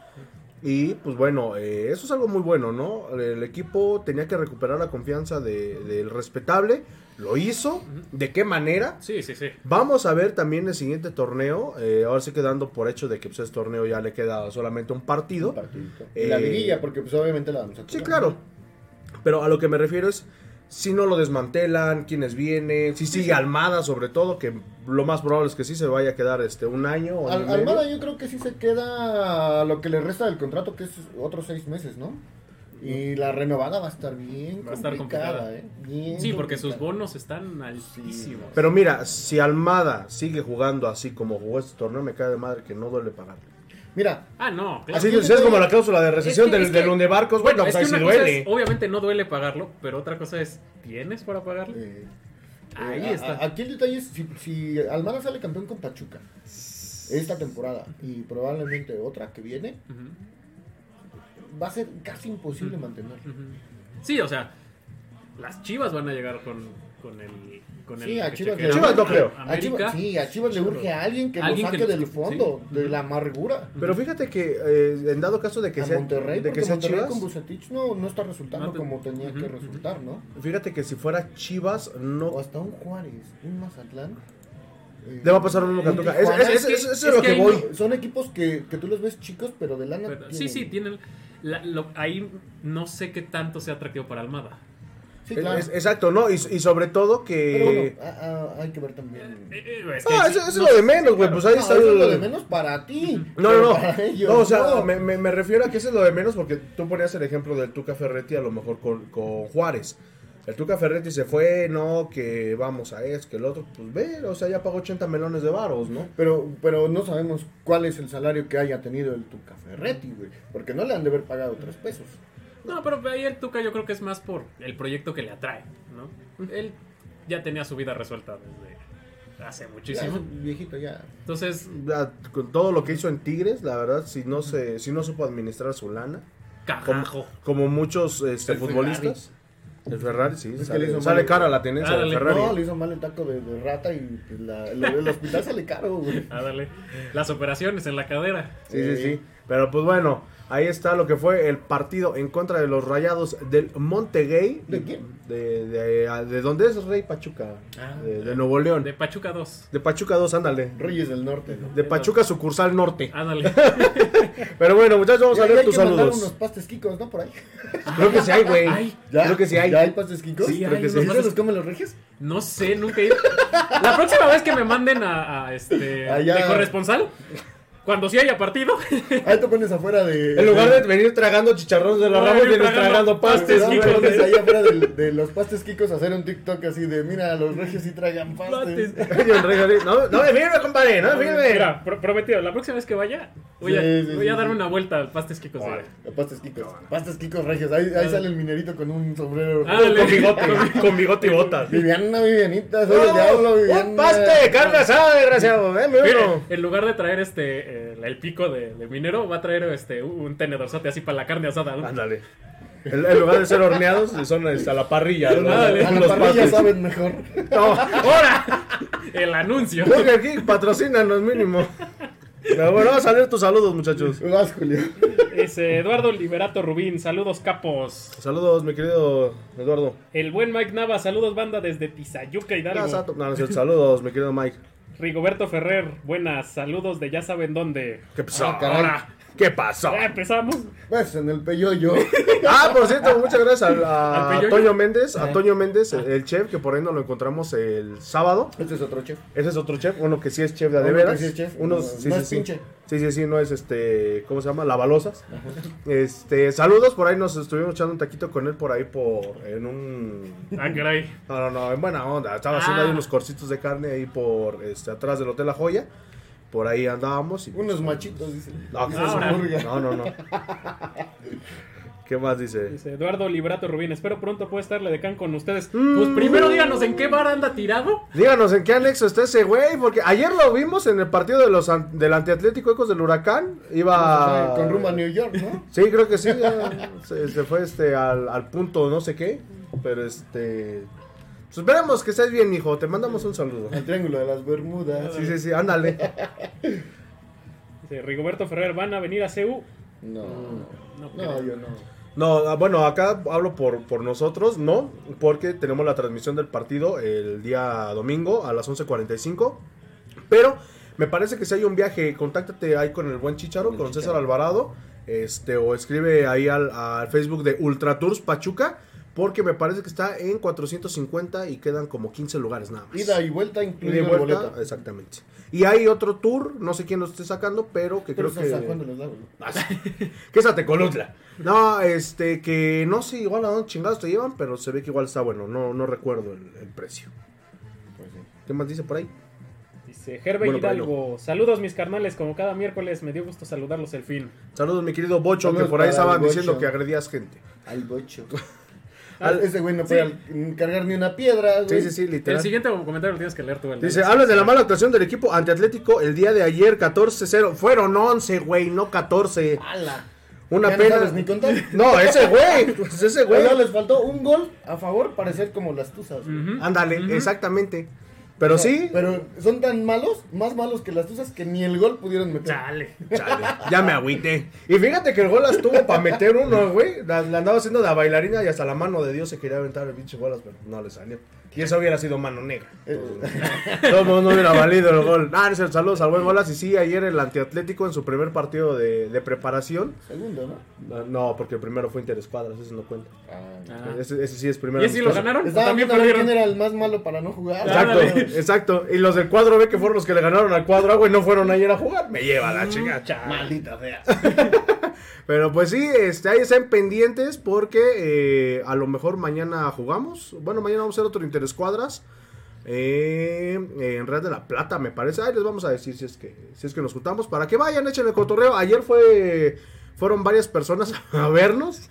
Speaker 1: Y pues bueno, eh, eso es algo muy bueno, ¿no? El equipo tenía que recuperar la confianza de- del respetable, lo hizo, ¿de qué manera?
Speaker 2: Sí, sí, sí.
Speaker 1: Vamos a ver también el siguiente torneo, eh, ahora sí quedando por hecho de que pues, este torneo ya le queda solamente un partido.
Speaker 3: Un partidito. Y la
Speaker 1: Eh,
Speaker 3: liguilla, porque pues obviamente la vamos a
Speaker 1: Sí,
Speaker 3: cobrar.
Speaker 1: claro. Pero a lo que me refiero es si no lo desmantelan, quiénes vienen, si sigue Almada sobre todo, que lo más probable es que sí se vaya a quedar este un año o año
Speaker 3: Al-
Speaker 1: y medio.
Speaker 3: Almada yo creo que sí se queda lo que le resta del contrato, que es otros seis meses, ¿no? Y la renovada va a estar bien
Speaker 2: Va a estar
Speaker 3: complicada,
Speaker 2: complicada.
Speaker 3: ¿eh? Bien
Speaker 2: Sí, porque sus
Speaker 3: complicada.
Speaker 2: bonos están altísimos.
Speaker 1: Pero mira, si Almada sigue jugando así como jugó este torneo, me cae de madre que no duele pagar.
Speaker 3: Mira,
Speaker 2: Ah, no, claro.
Speaker 1: Así
Speaker 3: que
Speaker 1: es, es
Speaker 3: te-
Speaker 1: como la cláusula de recesión
Speaker 2: Es que-
Speaker 1: del,
Speaker 2: es que-
Speaker 1: del Undebarcos. Bueno, pues
Speaker 2: es
Speaker 1: ahí
Speaker 2: que
Speaker 1: sí
Speaker 2: una cosa
Speaker 1: duele.
Speaker 2: es, obviamente no duele pagarlo, pero otra cosa es, ¿tienes para pagarlo?
Speaker 3: eh,
Speaker 2: Ahí
Speaker 3: Eh, a-
Speaker 2: está.
Speaker 3: a- aquí el detalle es si, si Almada sale campeón con Pachuca esta temporada y probablemente otra que viene,
Speaker 2: Ujú,
Speaker 3: va a ser casi imposible mantenerlo.
Speaker 2: ujú. Sí, o sea, las chivas van a llegar con, con el... Con el
Speaker 3: Sí, a
Speaker 2: que
Speaker 3: Chivas
Speaker 2: chequea.
Speaker 1: le- Chivas no creo.
Speaker 3: A Chivas-
Speaker 2: América,
Speaker 3: sí, a Chivas le urge a alguien que
Speaker 2: Alguien
Speaker 3: lo
Speaker 2: que
Speaker 3: saque
Speaker 2: lo-
Speaker 3: del fondo,
Speaker 2: sí.
Speaker 3: de la amargura.
Speaker 1: Pero fíjate que eh, en dado caso de que
Speaker 3: a
Speaker 1: sea
Speaker 3: Monterrey,
Speaker 1: de
Speaker 3: porque
Speaker 1: que sea
Speaker 3: Monterrey
Speaker 1: Chivas,
Speaker 3: con Bucetich no, no está resultando
Speaker 2: No te-
Speaker 3: como tenía
Speaker 2: Ujú,
Speaker 3: que
Speaker 2: ujú.
Speaker 3: resultar, ¿no?
Speaker 1: fíjate que si fuera Chivas no
Speaker 3: O hasta un Juárez, un Mazatlán. eh,
Speaker 1: le va a pasar lo mismo que a Tuca. Es-
Speaker 3: Tijuana.
Speaker 1: es- es-
Speaker 2: Es que-
Speaker 1: es- Eso
Speaker 2: es
Speaker 1: es lo
Speaker 2: que
Speaker 1: que
Speaker 2: ahí
Speaker 1: voy.
Speaker 2: no-
Speaker 3: Son equipos que, que tú los ves chicos, pero de lana.
Speaker 2: pero- sí,
Speaker 3: tienen.
Speaker 2: sí, tienen... la- lo- ahí no sé qué tanto sea atractivo para Almada.
Speaker 3: Sí,
Speaker 1: Es-
Speaker 3: claro.
Speaker 1: es- eh, exacto, ¿no? Y, y sobre todo
Speaker 3: Pero
Speaker 1: que...
Speaker 3: bueno, a- a- hay que ver también.
Speaker 2: Eh, eh, es que
Speaker 1: Ah,
Speaker 2: ahí sí-
Speaker 1: eso, eso es
Speaker 2: no
Speaker 1: lo de
Speaker 2: sé.
Speaker 1: menos, güey. Pues ahí
Speaker 3: No,
Speaker 1: está...
Speaker 3: eso
Speaker 1: el-
Speaker 3: es lo de menos para ti.
Speaker 1: No,
Speaker 3: pero
Speaker 1: no, no.
Speaker 3: para ellos
Speaker 1: No, o sea,
Speaker 3: no.
Speaker 1: Me, me- me refiero a que eso es lo de menos porque tú ponías el ejemplo del Tuca Ferretti a lo mejor con, con Juárez. El Tuca Ferretti se fue, no, que vamos a esto, que el otro. Pues ve, o sea, ya pagó 80 melones de varos, ¿no?
Speaker 3: Pero, pero no sabemos cuál es el salario que haya tenido el Tuca Ferretti, güey. Porque no le han de haber pagado tres pesos.
Speaker 2: No, pero ahí el Tuca yo creo que es más por el proyecto que le atrae, ¿no? Él ya tenía su vida resuelta desde hace
Speaker 3: Ya, es
Speaker 2: muchísimo.
Speaker 3: un viejito ya.
Speaker 2: Entonces,
Speaker 1: Ya, con todo lo que hizo en Tigres, la verdad, si no, se, si no supo administrar su lana, como,
Speaker 2: carajo.
Speaker 1: como muchos este,
Speaker 3: El
Speaker 1: futbolistas. El Ferrari, sí,
Speaker 3: que le
Speaker 1: sale,
Speaker 3: hizo
Speaker 1: sale
Speaker 3: mal.
Speaker 1: cara la tenencia
Speaker 2: Ah,
Speaker 1: del
Speaker 2: dale.
Speaker 1: Ferrari.
Speaker 3: No, le hizo mal el taco de, de rata y pues, la- lo del hospital sale caro, güey.
Speaker 2: Ah, dale. Las operaciones en la cadera.
Speaker 1: Sí, sí, sí. Pero pues bueno, ahí está lo que fue el partido en contra de los rayados del Montegay.
Speaker 3: ¿De quién?
Speaker 1: De, de, a- de dónde es Rey Pachuca.
Speaker 2: Ah.
Speaker 1: de, de Nuevo León.
Speaker 2: De
Speaker 1: De,
Speaker 2: Pachuca 2.
Speaker 1: Pachuca 2, ándale.
Speaker 3: Reyes del Norte, ¿no?
Speaker 1: De Pachuca sucursal norte.
Speaker 2: Ándale.
Speaker 1: Pero bueno, muchachos, vamos
Speaker 3: Ya-
Speaker 1: a
Speaker 3: ya
Speaker 1: leer
Speaker 3: hay
Speaker 1: tus
Speaker 3: que mandar unos
Speaker 1: saludos.
Speaker 3: pastes quicos, ¿no? Por ahí.
Speaker 1: Creo que sí hay, güey.
Speaker 2: Ay,
Speaker 3: ¿Ya?
Speaker 1: Creo que sí hay.
Speaker 3: ¿Ya hay pastes quicos?
Speaker 2: Sí,
Speaker 3: Creo
Speaker 2: hay
Speaker 3: que sí.
Speaker 2: unos
Speaker 3: ¿Sí se
Speaker 2: pastes-
Speaker 3: los comen los reyes?
Speaker 2: No sé, nunca he ido. La próxima vez que me manden a, a este
Speaker 3: Allá.
Speaker 2: de corresponsal, Cuando sí haya partido,
Speaker 3: Ahí te pones afuera de.
Speaker 1: En lugar de venir tragando chicharrones de la
Speaker 2: No,
Speaker 1: rama,
Speaker 2: venir
Speaker 1: vienes
Speaker 2: tragando
Speaker 1: tragando
Speaker 2: pastes,
Speaker 1: pastes.
Speaker 3: ¿verdad?
Speaker 2: Kikos,
Speaker 3: Pero antes
Speaker 2: ¿eh?
Speaker 3: ahí afuera del- de, los pastes Kikos hacer un TikTok así de mira, los regios sí tragan pastes.
Speaker 2: mates.
Speaker 1: No, no me firme, compadre, no me firme.
Speaker 2: Mira, pro- prometido, la próxima vez que vaya, voy a,
Speaker 3: Ah, Sí, sí,
Speaker 2: voy a
Speaker 3: sí,
Speaker 2: darme
Speaker 3: sí.
Speaker 2: una vuelta al pastes Kikos. de-
Speaker 1: Órale.
Speaker 3: Eh, Pastes Kikos. Pastes Kikos regios. Ahí,
Speaker 1: Ah.
Speaker 3: ahí sale el minerito con un sombrero.
Speaker 2: Ándale.
Speaker 1: Con bigote, con bigote y botas.
Speaker 3: Viviana, Vivianita, soy el diablo, Viviana.
Speaker 1: ¡Un paste! ¡Carne asada, desgraciado! ¡Deme
Speaker 2: Mire,
Speaker 1: uno!
Speaker 2: en lugar de traer este eh, el pico de, de minero, va a traer este un tenedorzote así para la carne asada. ¿no?
Speaker 1: Ándale. En en lugar de ser horneados, son este, a la parrilla. ¿no?
Speaker 2: Ándale.
Speaker 3: A la
Speaker 1: Los
Speaker 3: parrilla
Speaker 1: pastes.
Speaker 3: saben mejor.
Speaker 1: No,
Speaker 2: ¡Ahora! El anuncio.
Speaker 1: Burger King, patrocínanos mínimo. Pero bueno, van a salir tus saludos, muchachos.
Speaker 3: Vas, Julio.
Speaker 2: Dice Eduardo Liberato Rubín, saludos capos.
Speaker 1: Saludos, mi querido Eduardo.
Speaker 2: El buen Mike Nava, saludos banda desde Tizayuca
Speaker 1: Casa-
Speaker 2: Hidalgo.
Speaker 1: No, no es cierto. Saludos, mi querido Mike.
Speaker 2: Rigoberto Ferrer, buenas, saludos de ya saben dónde.
Speaker 1: ¿Qué pasó?
Speaker 3: Ah, caray.
Speaker 1: Ahora, ¿Qué pasó?
Speaker 2: Ya empezamos.
Speaker 3: Pues en el peyoyo. Este
Speaker 1: Ah, por cierto, muchas gracias a, a
Speaker 2: Al Peyoyo.
Speaker 1: Toño Méndez, a Toño Méndez, el, el chef, que por ahí nos lo encontramos el sábado.
Speaker 3: Este es otro chef.
Speaker 1: Ese es otro chef, uno que sí es chef de a de
Speaker 3: Uno que
Speaker 1: veras.
Speaker 3: sí es chef,
Speaker 1: Uno,
Speaker 3: no-
Speaker 1: sí,
Speaker 3: no
Speaker 1: sí,
Speaker 3: es
Speaker 1: sí.
Speaker 3: pinche.
Speaker 1: Sí, sí, sí, no es este, ¿cómo se llama? Lavalosas. Este, saludos, por ahí nos estuvimos echando un taquito con él por ahí por, en un
Speaker 2: Ah, caray.
Speaker 1: No, no, no, en buena onda. Estaba haciendo
Speaker 2: Ah.
Speaker 1: ahí unos corcitos de carne ahí por este, atrás del Hotel La Joya. Por ahí andábamos y.
Speaker 3: Unos machitos, dice.
Speaker 1: No,
Speaker 3: Dice
Speaker 1: no,
Speaker 3: su
Speaker 2: ahora.
Speaker 3: burga.
Speaker 1: no, no, no. ¿Qué más dice?
Speaker 2: Dice Eduardo Liberato Rubín, espero pronto pueda estarle de can con ustedes. Pues primero díganos en qué bar anda tirado.
Speaker 1: Díganos en qué anexo está ese güey, porque ayer lo vimos en el partido de los an- del antiatlético Ecos del Huracán. Iba.
Speaker 3: Con rumbo a New York, ¿no?
Speaker 1: Sí, creo que sí. ya se, se fue este al, al punto no sé qué. Pero este. Pues esperemos que estés bien, hijo. Te mandamos un saludo.
Speaker 3: El triángulo de las Bermudas.
Speaker 1: Sí, sí, sí, ándale.
Speaker 2: Dice Rigoberto Ferrer, van a venir a CU.
Speaker 3: No,
Speaker 2: No,
Speaker 1: Mm.
Speaker 3: no,
Speaker 2: creo.
Speaker 3: yo no.
Speaker 1: No, ah, bueno, acá hablo por, por nosotros, no, porque tenemos la transmisión del partido el día domingo a las 11.45. Pero me parece que si hay un viaje, contáctate ahí con el buen Chicharo, con César Alvarado, este, o escribe ahí al, al Facebook de Ultratours Pachuca, porque me parece que está en 450 y quedan como 15 lugares nada más.
Speaker 3: Ida y vuelta
Speaker 1: Y de
Speaker 3: incluido el
Speaker 1: vuelta,
Speaker 3: boleto.
Speaker 1: exactamente. Y hay otro tour, no sé quién lo esté sacando, pero que
Speaker 3: Pero
Speaker 1: creo
Speaker 3: estás
Speaker 1: que...
Speaker 3: sacando los labios.
Speaker 1: Ah, sí. que esa te colutla. No, este, que no sé igual a dónde chingados te llevan, pero se ve que igual está bueno. No, no recuerdo el, el precio.
Speaker 3: Pues sí.
Speaker 1: ¿Qué más dice por ahí?
Speaker 2: Dice Herbert
Speaker 1: Bueno,
Speaker 2: Hidalgo, saludos mis carnales, como cada miércoles me dio gusto saludarlos el fin.
Speaker 1: Saludos, mi querido Bocho,
Speaker 3: Saludos
Speaker 1: que por ahí
Speaker 3: para
Speaker 1: estaban
Speaker 3: el Bocho.
Speaker 1: diciendo que agredías gente.
Speaker 3: Al bocho. Ah,
Speaker 1: Al-
Speaker 3: Ese güey no puede al- cargar ni una piedra,
Speaker 1: Sí,
Speaker 3: güey.
Speaker 1: sí, sí,
Speaker 2: El
Speaker 1: literal.
Speaker 2: siguiente comentario lo tienes que leer tú. el de-
Speaker 1: Dice, hablas de la mala actuación del equipo antiatlético el día de ayer, 14-0. Fueron 11, güey, no 14.
Speaker 3: ¡Hala!
Speaker 1: Una
Speaker 3: Ya no
Speaker 1: pena.
Speaker 3: sabes ni contar.
Speaker 1: No, ese güey, pues ese güey.
Speaker 3: Bueno, les faltó un gol a favor para ser como las tuzas. güey.
Speaker 2: Ujú.
Speaker 1: Ándale, exactamente. Pero
Speaker 3: O sea,
Speaker 1: sí,
Speaker 3: Pero son tan malos, más malos que las tuzas, que ni el gol pudieron meter.
Speaker 2: Chale.
Speaker 1: Chale, ya me agüité. Y fíjate que el gol las tuvo para meter uno, güey. La, la andaba haciendo de la bailarina y hasta la mano de Dios se quería aventar el pinche Golas, pero no le salió. Y eso hubiera sido mano negra. Entonces, Todo el mundo hubiera valido el gol. Ah, es el saludos al buen Golas. Y sí, ayer el antiatlético en su primer partido de, de preparación.
Speaker 3: Segundo, ¿no?
Speaker 1: No, No, porque el primero fue interescuadras, eso no cuenta.
Speaker 2: Ah.
Speaker 1: Ese, ese sí es primero.
Speaker 2: ¿Y ese sí lo ganaron? ¿O
Speaker 3: Estaba
Speaker 2: También
Speaker 3: viendo a ver quién
Speaker 2: perdieron.
Speaker 3: era el más malo para no jugar.
Speaker 1: Exacto,
Speaker 2: Ándale.
Speaker 1: exacto. Y los del cuadro B que fueron los que le ganaron al cuadro A, güey, no fueron ayer a jugar. Me lleva
Speaker 2: Mm,
Speaker 1: la chingada.
Speaker 3: Maldita sea.
Speaker 1: Pero pues sí, este, ahí estén pendientes porque eh, a lo mejor mañana jugamos. Bueno, mañana vamos a hacer otro interescuadras. eh, en Real de la Plata, me parece. Ahí les vamos a decir si es que, si es que nos juntamos. Para que vayan, echen el cotorreo. Ayer fue. Fueron varias personas a vernos.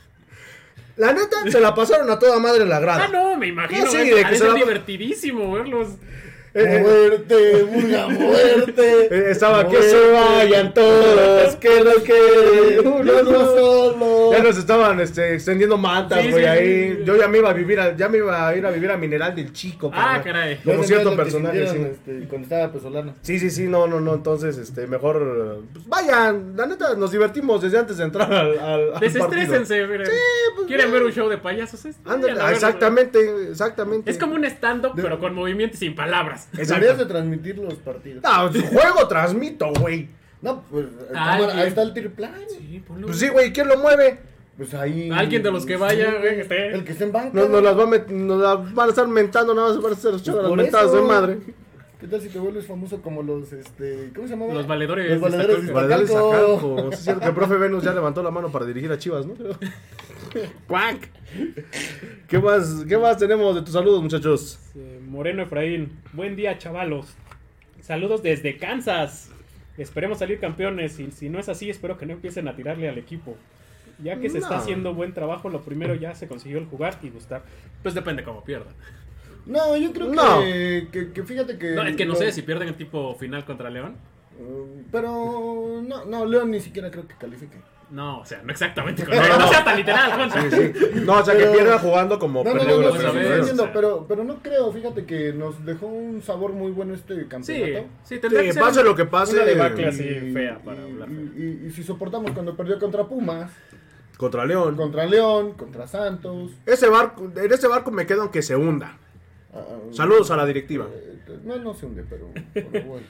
Speaker 1: La neta, se la pasaron a toda madre en la grada.
Speaker 2: Ah, no, me imagino.
Speaker 1: Ah, sí,
Speaker 2: es-
Speaker 1: de que
Speaker 2: ha de
Speaker 1: se
Speaker 2: ser
Speaker 1: la-
Speaker 2: divertidísimo verlos. Ah,
Speaker 1: Eh, eh.
Speaker 3: muerte, burga, muerte.
Speaker 1: Eh, estaba, que
Speaker 3: Muerte.
Speaker 1: se vayan todos, que los que
Speaker 3: Uno no solo.
Speaker 1: Ya nos estaban este, extendiendo mantas,
Speaker 2: Sí,
Speaker 1: güey,
Speaker 2: sí,
Speaker 1: ahí.
Speaker 2: sí, sí.
Speaker 1: Yo ya me iba a vivir, a- ya me iba a ir a vivir a Mineral del Chico.
Speaker 2: Ah,
Speaker 1: carnal.
Speaker 2: caray.
Speaker 1: Como
Speaker 3: Ya
Speaker 1: cierto
Speaker 3: sabías lo que
Speaker 1: personaje,
Speaker 3: sintieron,
Speaker 1: sí.
Speaker 3: este, cuando estaba Pesolano.
Speaker 1: Sí, sí, sí, no, no, no, entonces, este, mejor, eh, pues, vayan, la neta, nos divertimos desde antes de entrar al, al, al
Speaker 2: Desestrésense, miren.
Speaker 1: Ah, partido. Eh, pues,
Speaker 2: ¿Quieren
Speaker 1: ya.
Speaker 2: ver un show de payasos? Este, Es-
Speaker 1: Ándale,
Speaker 2: vayan a verlo.
Speaker 1: exactamente, exactamente.
Speaker 2: Es como un stand-up, pero con movimiento y sin palabras.
Speaker 1: Exacto.
Speaker 3: Deberías de transmitir los partidos.
Speaker 1: No, su juego transmito, güey.
Speaker 3: No, pues
Speaker 2: Ah,
Speaker 3: cámara,
Speaker 2: sí.
Speaker 3: ahí está el triplán.
Speaker 2: Sí, ponlo.
Speaker 1: Pues sí, güey, ¿quién lo mueve?
Speaker 3: Pues ahí.
Speaker 2: Alguien de los que vaya, güey, que esté.
Speaker 3: El que esté en banca.
Speaker 1: Pues Nos, nos las va a met- nos las van a estar mentando, nada más van a estar echando las
Speaker 3: Por
Speaker 1: mentadas
Speaker 3: eso.
Speaker 1: de madre.
Speaker 3: ¿Qué tal si te vuelves famoso como los, este, ¿cómo se llamaban?
Speaker 2: Los valedores
Speaker 3: Los
Speaker 2: de
Speaker 3: valedores de
Speaker 2: Zacatecas.
Speaker 1: Para darle
Speaker 3: Acalco.
Speaker 1: sacajo. Sí, es cierto que el profe Venus ya levantó la mano para dirigir a Chivas, ¿no?
Speaker 2: ¡Cuac!
Speaker 1: ¿Qué más, ¿Qué más tenemos de tus saludos, muchachos?
Speaker 2: Eh, Moreno Efraín, buen día chavalos. Saludos desde Kansas. Esperemos salir campeones y si no es así, espero que no empiecen a tirarle al equipo. Ya que se
Speaker 1: No.
Speaker 2: está haciendo buen trabajo, lo primero ya se consiguió el jugar y gustar. Pues depende cómo pierdan.
Speaker 3: No, yo creo
Speaker 1: No.
Speaker 3: Que, que, que fíjate
Speaker 1: Eh,
Speaker 3: que...
Speaker 2: No, es que no
Speaker 3: lo-
Speaker 2: sé si pierden el tipo final contra León.
Speaker 3: Eh, Pero, no, no, León ni siquiera creo que califique.
Speaker 2: No, o sea, no exactamente con León. No sea tan literal, Juanza.
Speaker 1: No, o sea,
Speaker 3: Pero-
Speaker 1: que pierda jugando como
Speaker 3: No, no,
Speaker 1: perdió
Speaker 3: no,
Speaker 1: la
Speaker 3: no,
Speaker 2: León,
Speaker 3: sí,
Speaker 1: primera
Speaker 3: sí,
Speaker 2: vez,
Speaker 1: vez.
Speaker 3: entiendo,
Speaker 2: o sea.
Speaker 3: pero, pero no creo, fíjate que nos dejó un sabor muy bueno este
Speaker 2: Sí,
Speaker 3: campeonato.
Speaker 2: sí,
Speaker 1: Sí,
Speaker 2: tendría que ser-
Speaker 1: pase lo que pase.
Speaker 2: una debacle así.
Speaker 3: Y-
Speaker 2: fea para hablar
Speaker 3: y,
Speaker 2: feo.
Speaker 3: y- y si soportamos cuando perdió contra Pumas,
Speaker 1: Contra León.
Speaker 3: contra León, contra Santos.
Speaker 1: Ese barco, en ese barco me quedo aunque se hunda.
Speaker 3: ah,
Speaker 1: Saludos a la directiva.
Speaker 3: eh, No, no se hunde, pero, pero bueno.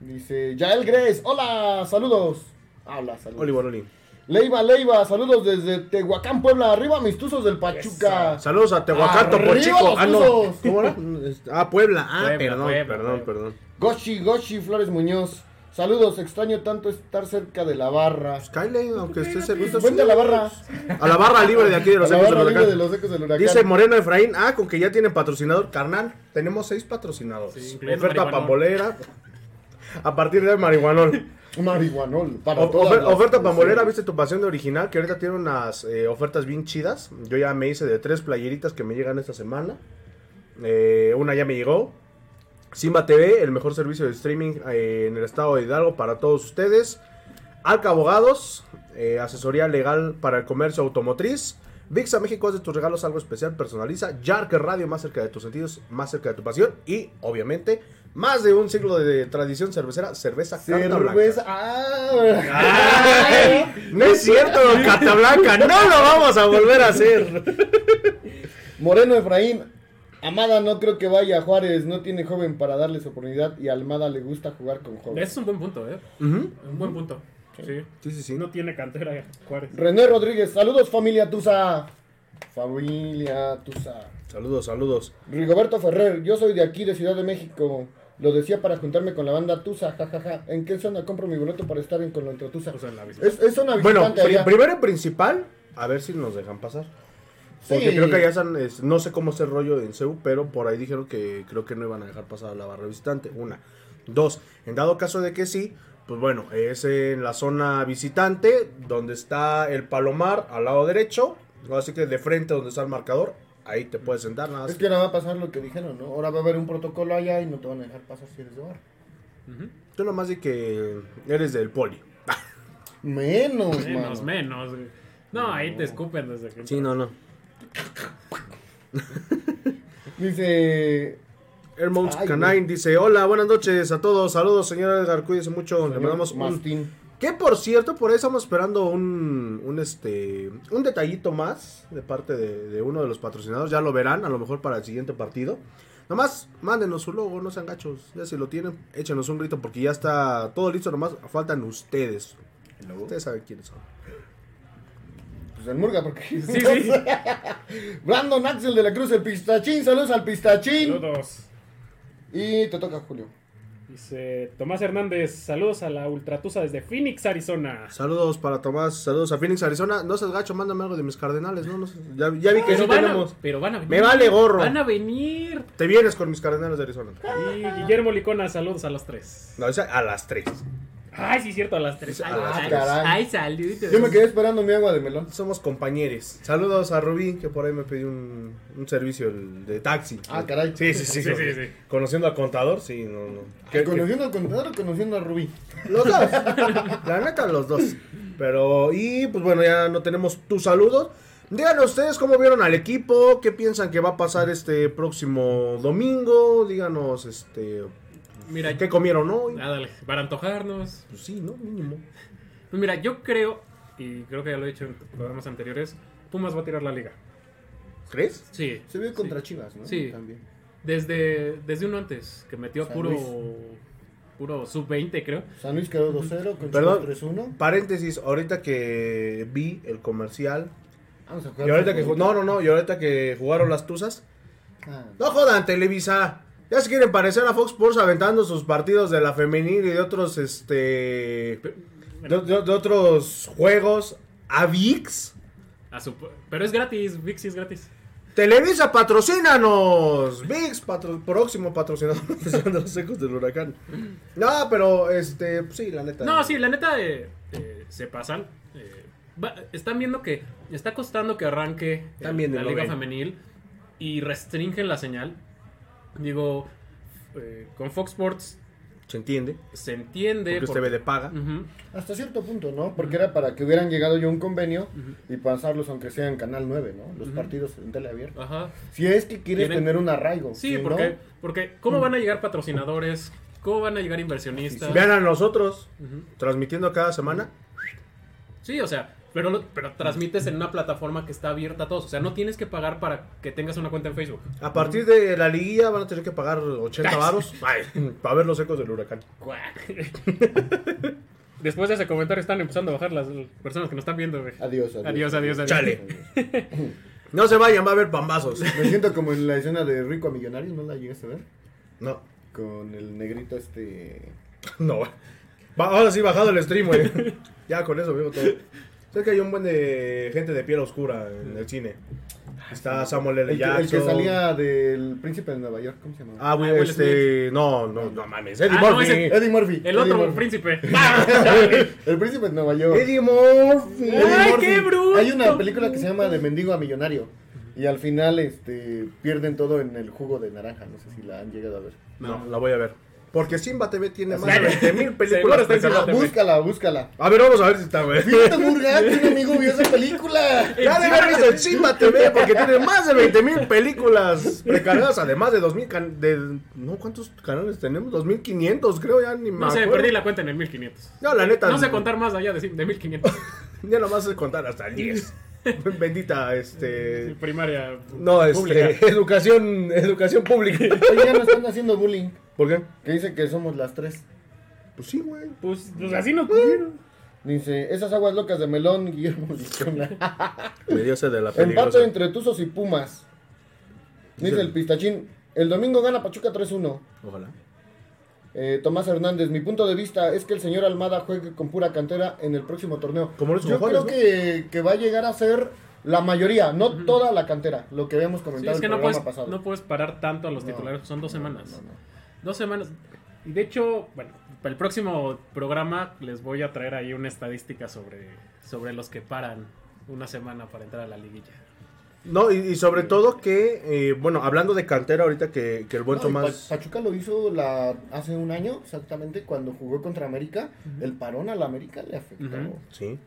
Speaker 3: Dice Yael Gres, hola, saludos. Habla, saludos.
Speaker 1: Oli Boroli.
Speaker 3: Leiva, Leiva, saludos desde Tehuacán, Puebla. Arriba, mis tuzos del Pachuca.
Speaker 1: Saludos a Tehuacán,
Speaker 3: Arriba
Speaker 1: Topochico.
Speaker 3: los
Speaker 1: Ah, no.
Speaker 3: usos.
Speaker 1: ¿Cómo era? Ah, Puebla. Ah, perdón,
Speaker 2: Puebla,
Speaker 1: perdón,
Speaker 2: Puebla, Puebla.
Speaker 1: perdón.
Speaker 3: Goshi, Goshi, Flores Muñoz. Saludos, extraño tanto estar cerca de la barra.
Speaker 1: Pues cáele, aunque esté cerquita.
Speaker 3: pues, Vente a la barra.
Speaker 1: A la barra libre de aquí de los
Speaker 3: a la
Speaker 1: Ecos del
Speaker 3: barra libre
Speaker 1: Huracán.
Speaker 3: de los ecos del huracán.
Speaker 1: Dice Moreno Efraín, ah, con que ya tienen patrocinador, carnal. Tenemos seis patrocinadores.
Speaker 2: Sí, incluyendo
Speaker 1: oferta
Speaker 2: marihuanol.
Speaker 1: pambolera. A partir de marihuanol.
Speaker 3: Marihuanol. Para
Speaker 1: O-
Speaker 3: todas
Speaker 1: ofer-
Speaker 3: las
Speaker 1: oferta pambolera,
Speaker 3: personas.
Speaker 1: viste tu pasión de original, que ahorita tiene unas eh, ofertas bien chidas. Yo ya me hice de tres playeritas que me llegan esta semana. Eh, una ya me llegó. Simba TV, el mejor servicio de streaming eh, en el estado de Hidalgo para todos ustedes. Arca Abogados, eh, asesoría legal para el comercio automotriz. VIXA México hace tus regalos algo especial, personaliza. Yark Radio, más cerca de tus sentidos, más cerca de tu pasión. Y, obviamente, más de un siglo de tradición cervecera, cerveza, Carta Blanca.
Speaker 3: Cerveza. Ah,
Speaker 1: No es cierto, Catablanca, no lo vamos a volver a hacer.
Speaker 3: Moreno Efraín. Amada no creo que vaya a Juárez, no tiene joven para darles oportunidad y a Almada le gusta jugar con
Speaker 2: Ese
Speaker 3: jóvenes.
Speaker 2: es un buen punto, ¿eh? Un buen punto. Sí.
Speaker 1: Sí, sí, sí.
Speaker 2: No tiene cantera Juárez.
Speaker 3: René Rodríguez, saludos familia Tusa. Familia Tusa.
Speaker 1: Saludos, saludos.
Speaker 3: Rigoberto Ferrer, yo soy de aquí, de Ciudad de México. Lo decía para juntarme con la banda Tusa, jajaja. ¿En qué zona compro mi boleto para estar en con la Tusa?
Speaker 2: O sea, en la visita.
Speaker 3: Es, es zona
Speaker 1: Bueno,
Speaker 3: visitante
Speaker 1: pri-
Speaker 3: allá.
Speaker 1: primero y principal, a ver si nos dejan pasar. Porque
Speaker 3: Sí.
Speaker 1: creo que allá están, es- no sé cómo es el rollo en CEU, pero por ahí dijeron que creo que no iban a dejar pasar a la barra visitante. Una. Dos, en dado caso de que sí, pues bueno, es en la zona visitante, donde está el palomar al lado derecho, así que de frente donde está el marcador, ahí te puedes sentar, nada más.
Speaker 3: Es que ahora va a pasar lo que dijeron, ¿no? Ahora va a haber un protocolo allá y no te van a dejar pasar si eres de bar.
Speaker 2: Ujú.
Speaker 1: Tú nomás di que eres del poli.
Speaker 3: Menos,
Speaker 1: Pues
Speaker 2: Menos,
Speaker 3: mano.
Speaker 2: menos. güey. No, ahí te escupen desde que.
Speaker 1: Sí, no, no.
Speaker 3: Dice.
Speaker 1: Hermont
Speaker 3: Ay,
Speaker 1: Canine dice, hola, buenas noches a todos, saludos señor Edgar, cuídese mucho, le
Speaker 3: señor
Speaker 1: mandamos un-
Speaker 3: Mastín.
Speaker 1: Que por cierto, por ahí estamos esperando un, un, este, un detallito más de parte de, de uno de los patrocinadores, ya lo verán, a lo mejor para el siguiente partido. Nomás, mándenos su logo, no sean gachos, ya si lo tienen, échenos un grito porque ya está todo listo, nomás faltan ustedes. Ustedes saben quiénes son.
Speaker 3: Pues el Murga, porque.
Speaker 2: Sí, sí.
Speaker 3: Brandon Axel de la Cruz, el Pistachín. Saludos al Pistachín.
Speaker 2: Saludos.
Speaker 3: Y te toca, Julio.
Speaker 2: Dice Tomás Hernández, saludos a la Ultratusa desde Phoenix, Arizona.
Speaker 1: Saludos para Tomás, saludos a Phoenix, Arizona. No seas gacho, mándame algo de mis cardenales, no, no seas- ya, ya vi que sí
Speaker 2: van
Speaker 1: tenemos.
Speaker 2: A, pero van a venir.
Speaker 1: Me vale gorro.
Speaker 2: Van a venir.
Speaker 1: Te vienes con mis cardenales de Arizona.
Speaker 2: Y Guillermo Licona, saludos a los tres.
Speaker 1: No, esa a las 3.
Speaker 2: Ay, sí, cierto, a las tres.
Speaker 1: Pues, A
Speaker 2: Ay,
Speaker 1: las
Speaker 2: ay,
Speaker 3: tres.
Speaker 2: ay, saludos.
Speaker 3: Yo me quedé esperando mi agua de melón.
Speaker 1: Somos compañeros. Saludos a Rubí, que por ahí me pidió un, un servicio el de taxi.
Speaker 3: Ah, caray.
Speaker 1: Sí, sí, sí.
Speaker 2: Sí,
Speaker 1: con-
Speaker 2: sí, sí.
Speaker 1: Conociendo al contador, sí, no, no.
Speaker 3: Que- ¿Conociendo al contador o conociendo a Rubí?
Speaker 1: Los dos. La neta, los dos. Pero, y pues bueno, ya no tenemos tus saludos. Díganos ustedes cómo vieron al equipo, qué piensan que va a pasar este próximo domingo. Díganos, este,
Speaker 2: Mira,
Speaker 1: qué comieron hoy.
Speaker 2: ah, dale, para antojarnos.
Speaker 1: Pues sí, ¿no? Mínimo.
Speaker 2: Pues mira, yo creo, y creo que ya lo he dicho en programas anteriores, Pumas va a tirar la liga.
Speaker 1: ¿Crees?
Speaker 2: Sí.
Speaker 3: Se vio contra Chivas, ¿no?
Speaker 2: Sí.
Speaker 3: También.
Speaker 2: Desde, desde uno antes, que metió
Speaker 3: San
Speaker 2: puro.
Speaker 3: Luis.
Speaker 2: Puro sub-20, creo.
Speaker 3: San Luis quedó 2-0 con
Speaker 1: Perdón.
Speaker 3: Chivas 3-1.
Speaker 1: Paréntesis, ahorita que vi el comercial.
Speaker 3: Vamos a jugar.
Speaker 1: Y ahorita que ju-
Speaker 3: fútbol.
Speaker 1: no, no, no, y ahorita que jugaron las Tuzas.
Speaker 3: Ah.
Speaker 1: No jodan, Televisa. Ya se quieren parecer a Fox Sports aventando sus partidos de la femenil y de otros, este...
Speaker 2: Pe-
Speaker 1: De, de- de otros juegos a VIX.
Speaker 2: a su- pero es gratis, VIX sí es gratis.
Speaker 1: Televisa, patrocínanos. VIX, patro- próximo patrocinador oficial de los ecos del huracán. No, pero, este, pues sí, la neta.
Speaker 2: No, sí, la neta eh, eh, se pasan. Eh, va- están viendo que está costando que arranque eh,
Speaker 1: También
Speaker 2: la
Speaker 1: lo
Speaker 2: liga
Speaker 1: ven.
Speaker 2: femenil y restringen la señal. Digo, eh, con Fox Sports
Speaker 1: Se entiende.
Speaker 2: se entiende.
Speaker 1: Porque es
Speaker 2: porque-
Speaker 1: TV de paga.
Speaker 2: Ujú.
Speaker 3: Hasta cierto punto, ¿no? Porque era para que hubieran llegado ya a un convenio y pasarlos aunque sea en Canal 9, ¿no? Los partidos en teleabierta.
Speaker 2: Ajá.
Speaker 3: Si es que quieres
Speaker 2: Tienen-
Speaker 3: tener un arraigo.
Speaker 2: Sí,
Speaker 3: si
Speaker 2: porque,
Speaker 3: no-
Speaker 2: porque ¿cómo van a llegar patrocinadores? ¿Cómo van a llegar inversionistas?
Speaker 1: Vean a nosotros,
Speaker 2: Ujú.
Speaker 1: transmitiendo cada semana.
Speaker 2: Sí, o sea, pero, lo- pero transmites en una plataforma que está abierta a todos. O sea, no tienes que pagar para que tengas una cuenta en Facebook.
Speaker 1: A partir de la liguilla van a tener que pagar 80 varos ay, para ver los ecos del huracán.
Speaker 2: Cuac. Después de ese comentario están empezando a bajar las personas que nos están viendo, güey.
Speaker 3: Adiós, adiós.
Speaker 2: Adiós, adiós, adiós.
Speaker 1: Chale. No se vayan, va a haber pambazos.
Speaker 3: Me siento como en la escena de Rico a Millonario, ¿no la llegaste a ver?
Speaker 1: No,
Speaker 3: Con el negrito este...
Speaker 1: no. Va- ahora sí, bajado el stream, güey. Ya con eso veo todo. Sé que hay un buen de gente de piel oscura en el cine. Está Samuel L.
Speaker 3: El que,
Speaker 1: Jackson.
Speaker 3: el que salía del Príncipe de Nueva York, ¿cómo se llamaba?
Speaker 1: Ah, güey,
Speaker 2: Ah, Will
Speaker 1: este. No, no, no mames. Eddie
Speaker 2: Ah, no,
Speaker 1: Murphy.
Speaker 2: ese-
Speaker 3: Eddie Murphy.
Speaker 2: El
Speaker 3: Eddie
Speaker 2: otro
Speaker 3: Murphy.
Speaker 2: príncipe. Ah, Chale.
Speaker 3: El Príncipe de Nueva York.
Speaker 1: Eddie Murphy.
Speaker 2: Ay,
Speaker 3: Eddie Murphy.
Speaker 2: qué bruto.
Speaker 3: Hay una película que se llama De Mendigo a Millonario. Y al final este, pierden todo en el jugo de naranja. No sé si la han llegado a ver.
Speaker 1: No, la voy a ver. Porque Simba TV tiene más
Speaker 2: Ya,
Speaker 1: de
Speaker 2: güey.
Speaker 1: 20.000
Speaker 2: Seguro
Speaker 1: películas.
Speaker 2: está en Simba
Speaker 1: precargadas.
Speaker 2: TV.
Speaker 3: Búscala, búscala.
Speaker 1: A ver, vamos a ver si está, güey.
Speaker 3: Fíjate, Murga, que un amigo vio esa película.
Speaker 1: Ya de haber visto en Simba TV porque tiene más de 20.000 películas precargadas, además de 2.000 can- de no cuántos canales tenemos, 2.500 creo ya ni
Speaker 2: No
Speaker 1: me
Speaker 2: sé,
Speaker 1: acuerdo.
Speaker 2: perdí la cuenta en el 1500.
Speaker 1: No, la neta.
Speaker 2: No sé contar más allá de, cin- de 1500.
Speaker 1: Ya nomás sé contar hasta el 10. Bendita
Speaker 2: Sí,
Speaker 1: este
Speaker 2: Primaria.
Speaker 1: no,
Speaker 2: pública.
Speaker 1: este, educación, educación pública.
Speaker 3: Oye, ya nos están haciendo bullying.
Speaker 1: ¿Por qué?
Speaker 3: Que dice que somos las tres.
Speaker 1: Pues sí, güey.
Speaker 2: Pues, pues así nos pusieron.
Speaker 3: Dice, esas aguas locas de melón, Guillermo Licona.
Speaker 1: Me dio sed de la
Speaker 3: Empate
Speaker 1: peligrosa.
Speaker 3: entre Tuzos y Pumas. Dice el pistachín. El domingo gana Pachuca 3-1.
Speaker 1: Ojalá.
Speaker 3: Eh, Tomás Hernández, mi punto de vista es que el señor Almada juegue con pura cantera en el próximo torneo.
Speaker 1: Como lo hizo
Speaker 3: Yo
Speaker 1: con
Speaker 3: creo
Speaker 1: Juárez,
Speaker 3: que, que va a llegar a ser la mayoría, no toda la cantera, lo que habíamos
Speaker 2: Sí,
Speaker 3: comentado
Speaker 2: es que
Speaker 3: el
Speaker 2: no
Speaker 3: programa
Speaker 2: puedes,
Speaker 3: pasado.
Speaker 2: no puedes parar tanto a los
Speaker 3: No,
Speaker 2: titulares. Son dos
Speaker 3: no,
Speaker 2: semanas.
Speaker 3: no, no.
Speaker 2: Dos semanas. Y de hecho, bueno, para el próximo programa les voy a traer ahí una estadística sobre, sobre los que paran una semana para entrar a la liguilla.
Speaker 1: No, y, y sobre todo que, eh, bueno, hablando de cantera ahorita que, que el buen
Speaker 3: No, y
Speaker 1: Tomás...
Speaker 3: Pa- Pachuca lo hizo la, hace un año exactamente cuando jugó contra América. El parón a la América le afectó.
Speaker 2: Ujú.
Speaker 1: Sí.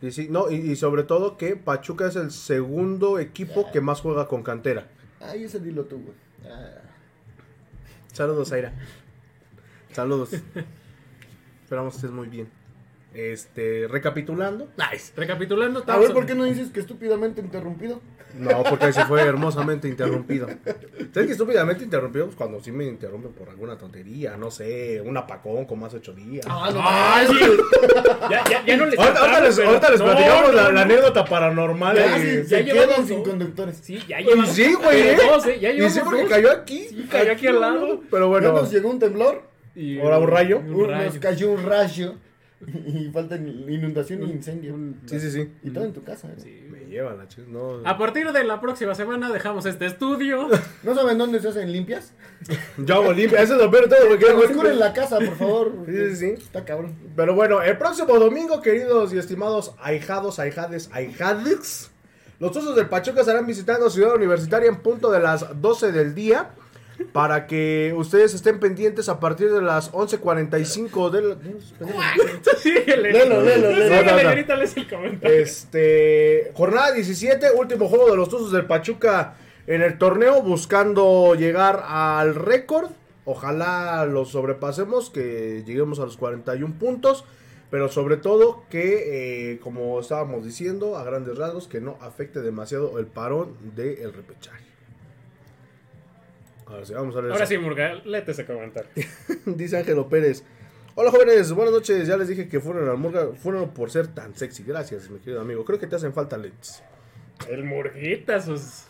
Speaker 1: Y sí, no, y, y sobre todo que Pachuca es el segundo equipo que más juega con cantera.
Speaker 3: Ay, ese dilo tú, güey. Ah.
Speaker 1: Saludos, Aira. Saludos. Esperamos que estés muy bien. Este, recapitulando. Nice.
Speaker 2: Recapitulando,
Speaker 3: A
Speaker 2: estamos-
Speaker 3: ver, ¿por qué no dices que estúpidamente interrumpido?
Speaker 1: No, porque se fue hermosamente interrumpido. ¿Sabes que estúpidamente interrumpido? Pues cuando sí me interrumpen por alguna tontería, no sé, un apacón como hace ocho días.
Speaker 2: ¡Ay, sí! ya, ya, ya Ah, no les
Speaker 1: Ahorita, ahorita les,
Speaker 2: pero-
Speaker 1: ahorita les
Speaker 2: No,
Speaker 1: platicamos
Speaker 2: no,
Speaker 1: la,
Speaker 2: no.
Speaker 1: la anécdota paranormal.
Speaker 3: Ya,
Speaker 1: eh.
Speaker 3: sí,
Speaker 2: ya
Speaker 3: se
Speaker 2: llevamos
Speaker 3: quedan sin
Speaker 2: dos.
Speaker 3: conductores.
Speaker 2: Sí, ya
Speaker 1: Y
Speaker 2: llevamos-
Speaker 1: sí, güey.
Speaker 2: pero
Speaker 1: ¿eh?
Speaker 2: dos, ¿eh? Ya
Speaker 1: y
Speaker 2: llevamos
Speaker 1: sí, porque
Speaker 2: dos.
Speaker 1: cayó aquí.
Speaker 2: Sí, cayó aquí al lado.
Speaker 1: Pero
Speaker 3: Ya
Speaker 1: bueno.
Speaker 3: nos llegó un temblor.
Speaker 2: Y-
Speaker 1: Ahora un rayo.
Speaker 2: Un rayo.
Speaker 3: Nos cayó un rayo y falta inundación y incendio.
Speaker 2: Un-
Speaker 1: Sí, sí, sí.
Speaker 3: Y todo en tu casa. ¿eh?
Speaker 2: sí.
Speaker 1: Me lleva la chis, no.
Speaker 2: A partir de la próxima semana dejamos este estudio.
Speaker 3: ¿No saben dónde se hacen limpias?
Speaker 1: Yo hago limpia, eso es lo peor de todo, porque
Speaker 3: Que
Speaker 1: hago
Speaker 3: oscuren
Speaker 1: limpia.
Speaker 3: la casa, por favor.
Speaker 1: Sí, sí, sí.
Speaker 3: Está cabrón.
Speaker 1: Pero bueno, el próximo domingo, queridos y estimados ahijados, ahijades, ahijades, los osos del Pachuca estarán visitando Ciudad Universitaria en punto de las 12 del día. Para que ustedes estén pendientes a partir de las 11.45 del...
Speaker 2: Síguele.
Speaker 3: Lelo, lelo, lelo.
Speaker 2: Síguele,
Speaker 1: No, no, no.
Speaker 2: grítales el comentario.
Speaker 1: Este, jornada 17, último juego de los Tuzos del Pachuca en el torneo, buscando llegar al récord. Ojalá lo sobrepasemos, que lleguemos a los 41 puntos, pero sobre todo que, eh, como estábamos diciendo, a grandes rasgos, que no afecte demasiado el parón del repechaje. Ahora sí, vamos a leer
Speaker 2: Ahora
Speaker 1: esa
Speaker 2: sí, Murga, léete ese comentario.
Speaker 1: Dice Ángelo Pérez. Hola jóvenes, buenas noches. Ya les dije que fueron al murga, fueron por ser tan sexy. Gracias, mi querido amigo. Creo que te hacen falta lentes.
Speaker 2: El Murguita, sus, sus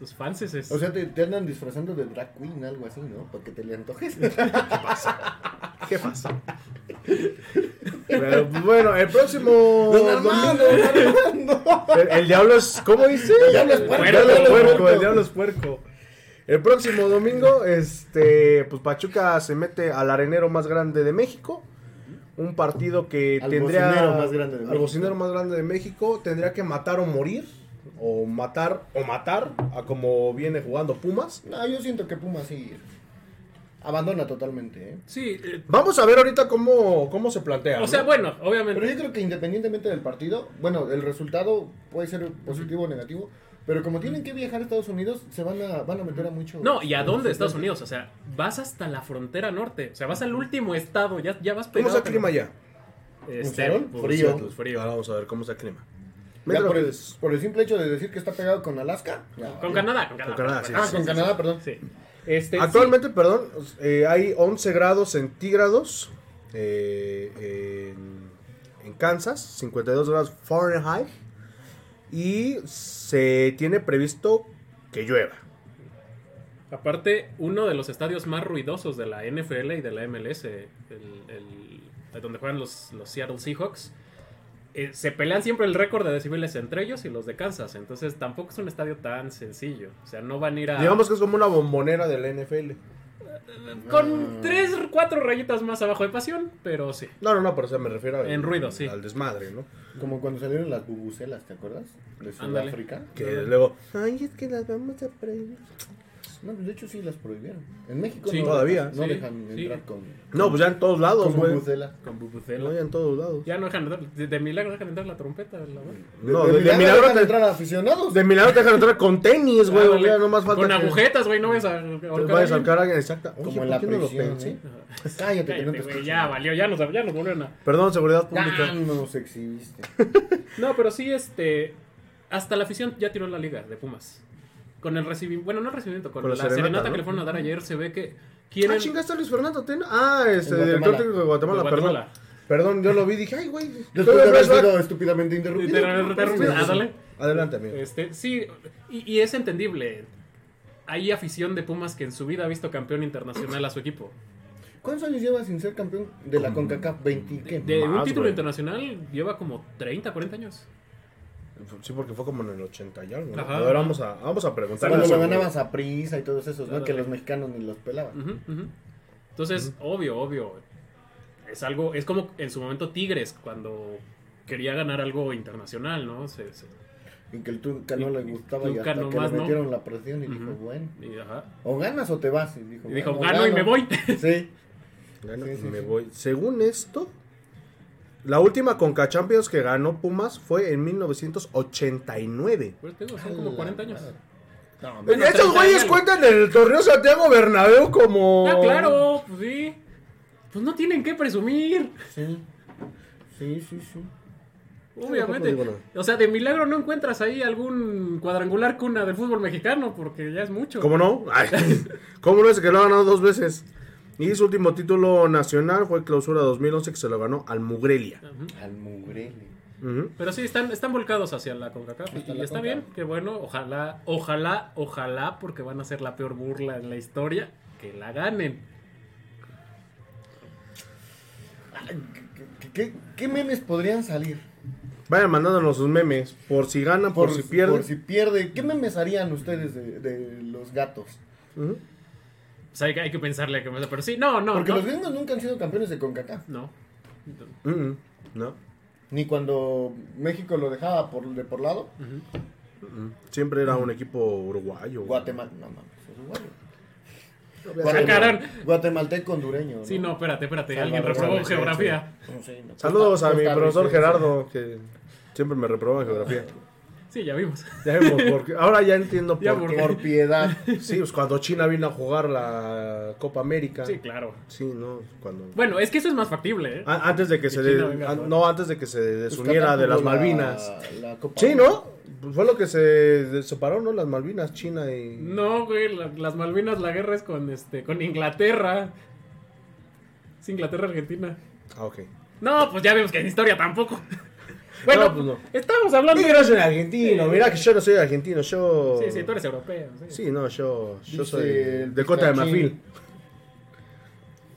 Speaker 2: Tus fanses.
Speaker 3: O sea, te, te andan disfrazando de drag queen, algo así, ¿no? Para que te le antojes.
Speaker 1: ¿Qué pasa? Pero, pues, bueno, el próximo.
Speaker 3: Don Armando, don Armando.
Speaker 1: El, el diablo es. ¿Cómo dice? El
Speaker 3: diablo es puerco.
Speaker 1: El diablo es puerco.
Speaker 3: puerco.
Speaker 1: El diablo es puerco. El próximo domingo, este, pues Pachuca se mete al arenero más grande de México. Un partido que
Speaker 3: Al
Speaker 1: tendría.
Speaker 3: bocinero más grande de
Speaker 1: Al
Speaker 3: México.
Speaker 1: bocinero más grande de México. Tendría que matar o morir. O matar o matar a como viene jugando Pumas.
Speaker 3: No, yo siento que Puma sí abandona totalmente, ¿eh?
Speaker 2: Sí, eh,
Speaker 1: Vamos a ver ahorita cómo, cómo se plantea.
Speaker 2: o sea,
Speaker 1: ¿no?
Speaker 2: bueno,
Speaker 3: Pero yo
Speaker 2: obviamente.
Speaker 3: creo que independientemente del partido, bueno, el resultado puede ser positivo o negativo, pero como tienen que viajar a Estados Unidos, se van a, van a meter a mucho.
Speaker 2: No, ¿y a dónde Estados Unidos? O sea, vas hasta la frontera norte. O sea, vas al último estado. Ya, ya vas
Speaker 1: ¿Cómo
Speaker 2: pegado.
Speaker 1: está el clima allá?
Speaker 2: Este,
Speaker 3: ¿Pusieron?
Speaker 2: pues,
Speaker 3: Frío.
Speaker 2: sí, pues, frío.
Speaker 1: Ahora vamos a ver cómo está el clima.
Speaker 3: Ya
Speaker 1: Mientras
Speaker 3: por, el,
Speaker 1: ustedes-
Speaker 3: por el simple hecho de decir que está pegado con Alaska. ya.
Speaker 2: Con Canadá. Con Canadá,
Speaker 1: Canadá, sí,
Speaker 3: Ah, con Canadá, perdón.
Speaker 2: Sí. Este,
Speaker 1: Actualmente, perdón, eh, hay 11 grados centígrados eh, en, en Kansas, 52 grados Fahrenheit, y se tiene previsto que llueva.
Speaker 2: sí. Aparte, uno de los estadios más ruidosos de la NFL y de la MLS, el, el- donde juegan los, los Seattle Seahawks, eh, se pelean siempre el récord de decibeles entre ellos y los de Kansas. Entonces, tampoco es un estadio tan sencillo. O sea, no van a ir a.
Speaker 1: Digamos que es como una bombonera de la NFL.
Speaker 2: Con tres, cuatro rayitas más abajo de pasión, pero sí.
Speaker 1: No, no, no, pero o sea, me refiero al,
Speaker 2: En ruido, sí.
Speaker 1: al desmadre, ¿no?
Speaker 3: Como cuando salieron las bubucelas, ¿te acuerdas? De
Speaker 2: Ándale.
Speaker 3: Sudáfrica.
Speaker 1: Que luego, ay, es que las vamos a prender.
Speaker 3: No, de hecho sí las prohibieron. En México
Speaker 2: Sí.
Speaker 3: no,
Speaker 1: Todavía.
Speaker 3: no
Speaker 2: Sí,
Speaker 3: dejan
Speaker 2: sí.
Speaker 3: entrar con,
Speaker 1: No, pues ya en todos lados,
Speaker 3: con
Speaker 1: güey.
Speaker 3: bubucela.
Speaker 2: Con
Speaker 1: No,
Speaker 2: Bubuzela.
Speaker 1: ya en todos lados.
Speaker 2: Ya no dejan entrar, de, de milagro dejan entrar la trompeta. la verdad.
Speaker 1: No, de,
Speaker 3: de,
Speaker 1: de
Speaker 3: milagro
Speaker 1: milagro
Speaker 3: dejan
Speaker 1: te,
Speaker 3: entrar a aficionados.
Speaker 1: de milagro te dejan entrar con tenis, güey.
Speaker 2: Ándale.
Speaker 1: ya no más falta
Speaker 2: Ah, Con
Speaker 1: que-
Speaker 2: agujetas, güey, no ves a.
Speaker 1: Te vayas a sacar a alguien, exacta. Oye,
Speaker 3: como
Speaker 1: ¿por
Speaker 3: en la
Speaker 1: qué no lo
Speaker 3: prisión.
Speaker 1: pensé?
Speaker 3: ¿eh? Cállate, que no te
Speaker 2: Cállate, güey,
Speaker 3: escucho.
Speaker 2: ya valió, ya nos, ya nos volvieron a.
Speaker 1: Perdón, seguridad
Speaker 3: Ya
Speaker 1: pública. Ah,
Speaker 3: nos exhibiste.
Speaker 2: No, pero sí, este. Hasta la afición ya tiró la liga de Pumas. Con el recibimiento. Bueno, no el recibimiento, con, la, serenata,
Speaker 1: ¿no?
Speaker 2: que le fueron a dar ayer, se ve que
Speaker 1: Ah,
Speaker 2: quieren.
Speaker 1: chingaste Luis Fernando Tena. Ah, este,
Speaker 3: En Guatemala.
Speaker 1: director técnico de Guatemala,
Speaker 2: De
Speaker 1: perdón.
Speaker 2: Guatemala.
Speaker 1: Perdón, yo lo vi y dije, ay, güey.
Speaker 3: Después de
Speaker 1: estoy
Speaker 3: haber
Speaker 1: de flashback.
Speaker 3: sido estúpidamente interrumpido.
Speaker 2: Ah, dale.
Speaker 1: Adelante,
Speaker 3: Eh,
Speaker 1: amigo.
Speaker 2: Este, sí, y, y es entendible. Hay afición de Pumas que en su vida ha visto campeón internacional a su equipo.
Speaker 3: ¿Cuántos años llevas sin ser campeón de la CONCACAF? ¿20 qué?
Speaker 2: De un
Speaker 1: Más,
Speaker 2: título
Speaker 1: güey.
Speaker 2: internacional lleva como 30, 40 años.
Speaker 1: Sí, porque fue como en el 80 y algo. ¿no?
Speaker 2: Ajá.
Speaker 1: A ver, vamos a, vamos a preguntar.
Speaker 3: Cuando lo ganabas a prisa y todos esos, ¿no?
Speaker 2: Claro. Mm.
Speaker 3: Que los mexicanos ni los pelaban.
Speaker 2: Ujú, ujú. Entonces, obvio, obvio. Es algo, es como en su momento Tigres, cuando quería ganar algo internacional, ¿no? Se- se-
Speaker 3: Y que el Tuca no le
Speaker 2: Y- y
Speaker 3: gustaba y
Speaker 2: Tuca
Speaker 3: hasta que
Speaker 2: nomás,
Speaker 3: le
Speaker 2: ¿no?
Speaker 3: metieron la presión y dijo,
Speaker 2: Ujú.
Speaker 3: bueno,
Speaker 2: y, ajá.
Speaker 3: o ganas o te vas. Y dijo,
Speaker 2: Y dijo,
Speaker 3: bueno,
Speaker 2: gano y me voy.
Speaker 3: Sí.
Speaker 1: Gano
Speaker 3: Sí,
Speaker 1: y
Speaker 3: sí,
Speaker 1: me
Speaker 3: sí.
Speaker 1: voy. Según esto, la última Conca Champions que ganó Pumas fue en 1989.
Speaker 2: Pues tengo, son como 40 años.
Speaker 3: No, hombre.
Speaker 2: Bueno,
Speaker 1: Estos
Speaker 2: 30 y
Speaker 1: güeyes
Speaker 2: algo.
Speaker 1: cuentan el torneo Santiago Bernabéu como.
Speaker 2: Ah, claro, pues sí. Pues no tienen que presumir,
Speaker 3: Sí. Sí, sí, sí.
Speaker 2: obviamente.
Speaker 1: digo nada.
Speaker 2: O sea, de milagro no encuentras ahí algún cuadrangular cuna del fútbol mexicano, porque ya es mucho.
Speaker 1: ¿Cómo no? Ay, ¿Cómo no es que lo ha ganado dos veces? Y su último título nacional fue Clausura 2011 que se lo ganó al Mugrelia.
Speaker 2: Ujú.
Speaker 3: Al mugrele.
Speaker 1: Ujú.
Speaker 2: Pero sí, están, están volcados hacia la CONCACAF
Speaker 3: Hasta
Speaker 2: y
Speaker 3: la
Speaker 2: está
Speaker 3: Conca.
Speaker 2: bien, que bueno, ojalá, ojalá, ojalá, porque van a ser la peor burla en la historia, que la ganen.
Speaker 3: Ay, ¿qué- qué, qué memes podrían salir?
Speaker 1: Vayan mandándonos sus memes, por si ganan, por, si pierden.
Speaker 3: Por si pierde. ¿Qué memes harían ustedes de, de los gatos?
Speaker 1: Ujú.
Speaker 2: O sea, hay, que- hay que pensarle que pero sí, no, no,
Speaker 3: Porque
Speaker 2: no.
Speaker 3: los gringos nunca han sido campeones de CONCACAF.
Speaker 2: No.
Speaker 1: Mm, No.
Speaker 3: Ni cuando México lo dejaba por, de por lado.
Speaker 1: Mm. Siempre era un equipo uruguayo.
Speaker 3: Guatemala. No mames, uruguayo.
Speaker 2: Sacaron.
Speaker 3: Guatemalteco hondureño.
Speaker 2: Ah, Sí, no, espérate, espérate, alguien
Speaker 3: Salvador,
Speaker 2: reprobó
Speaker 3: sí,
Speaker 2: geografía.
Speaker 3: sí. No sé, no.
Speaker 1: Saludos a mi
Speaker 3: Costa
Speaker 1: profesor
Speaker 3: Rica,
Speaker 1: Gerardo, que siempre me reprobaba en geografía.
Speaker 2: Sí, ya vimos.
Speaker 1: Ya vemos por qué. Ahora ya entiendo
Speaker 2: Ya
Speaker 1: por
Speaker 2: por
Speaker 1: qué.
Speaker 3: Por piedad.
Speaker 1: Sí, pues cuando China vino a jugar la Copa América.
Speaker 2: Sí, claro.
Speaker 1: Sí, no, cuando
Speaker 2: Bueno, es que eso es más factible, ¿eh?
Speaker 1: A- antes de que se
Speaker 2: China
Speaker 1: de-
Speaker 2: venga,
Speaker 1: an-
Speaker 2: ¿no?
Speaker 1: no antes de que se desuniera
Speaker 3: Pues
Speaker 1: de las
Speaker 3: la-
Speaker 1: Malvinas.
Speaker 3: la Copa
Speaker 1: Sí,
Speaker 3: Oro.
Speaker 1: ¿no? Pues Fue lo que se de- separó, ¿no? Las Malvinas, China y
Speaker 2: No, güey, la- las Malvinas, la guerra es con este, con Inglaterra. Es Inglaterra, Argentina.
Speaker 1: Ah, ok.
Speaker 2: No, pues ya vimos que en historia tampoco. Bueno,
Speaker 1: pues no.
Speaker 2: estamos hablando.
Speaker 1: Dije que no soy argentino, mirá que yo no soy argentino, yo...
Speaker 2: Sí, sí, tú eres europeo. Sí.
Speaker 1: Sí, no, yo, yo
Speaker 3: Dice
Speaker 1: soy
Speaker 3: el
Speaker 1: de Cota de
Speaker 3: Pistachín.
Speaker 1: Marfil.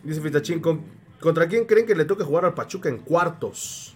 Speaker 1: Dice Pistachín, ¿con- ¿contra quién creen que le toque jugar al Pachuca en cuartos?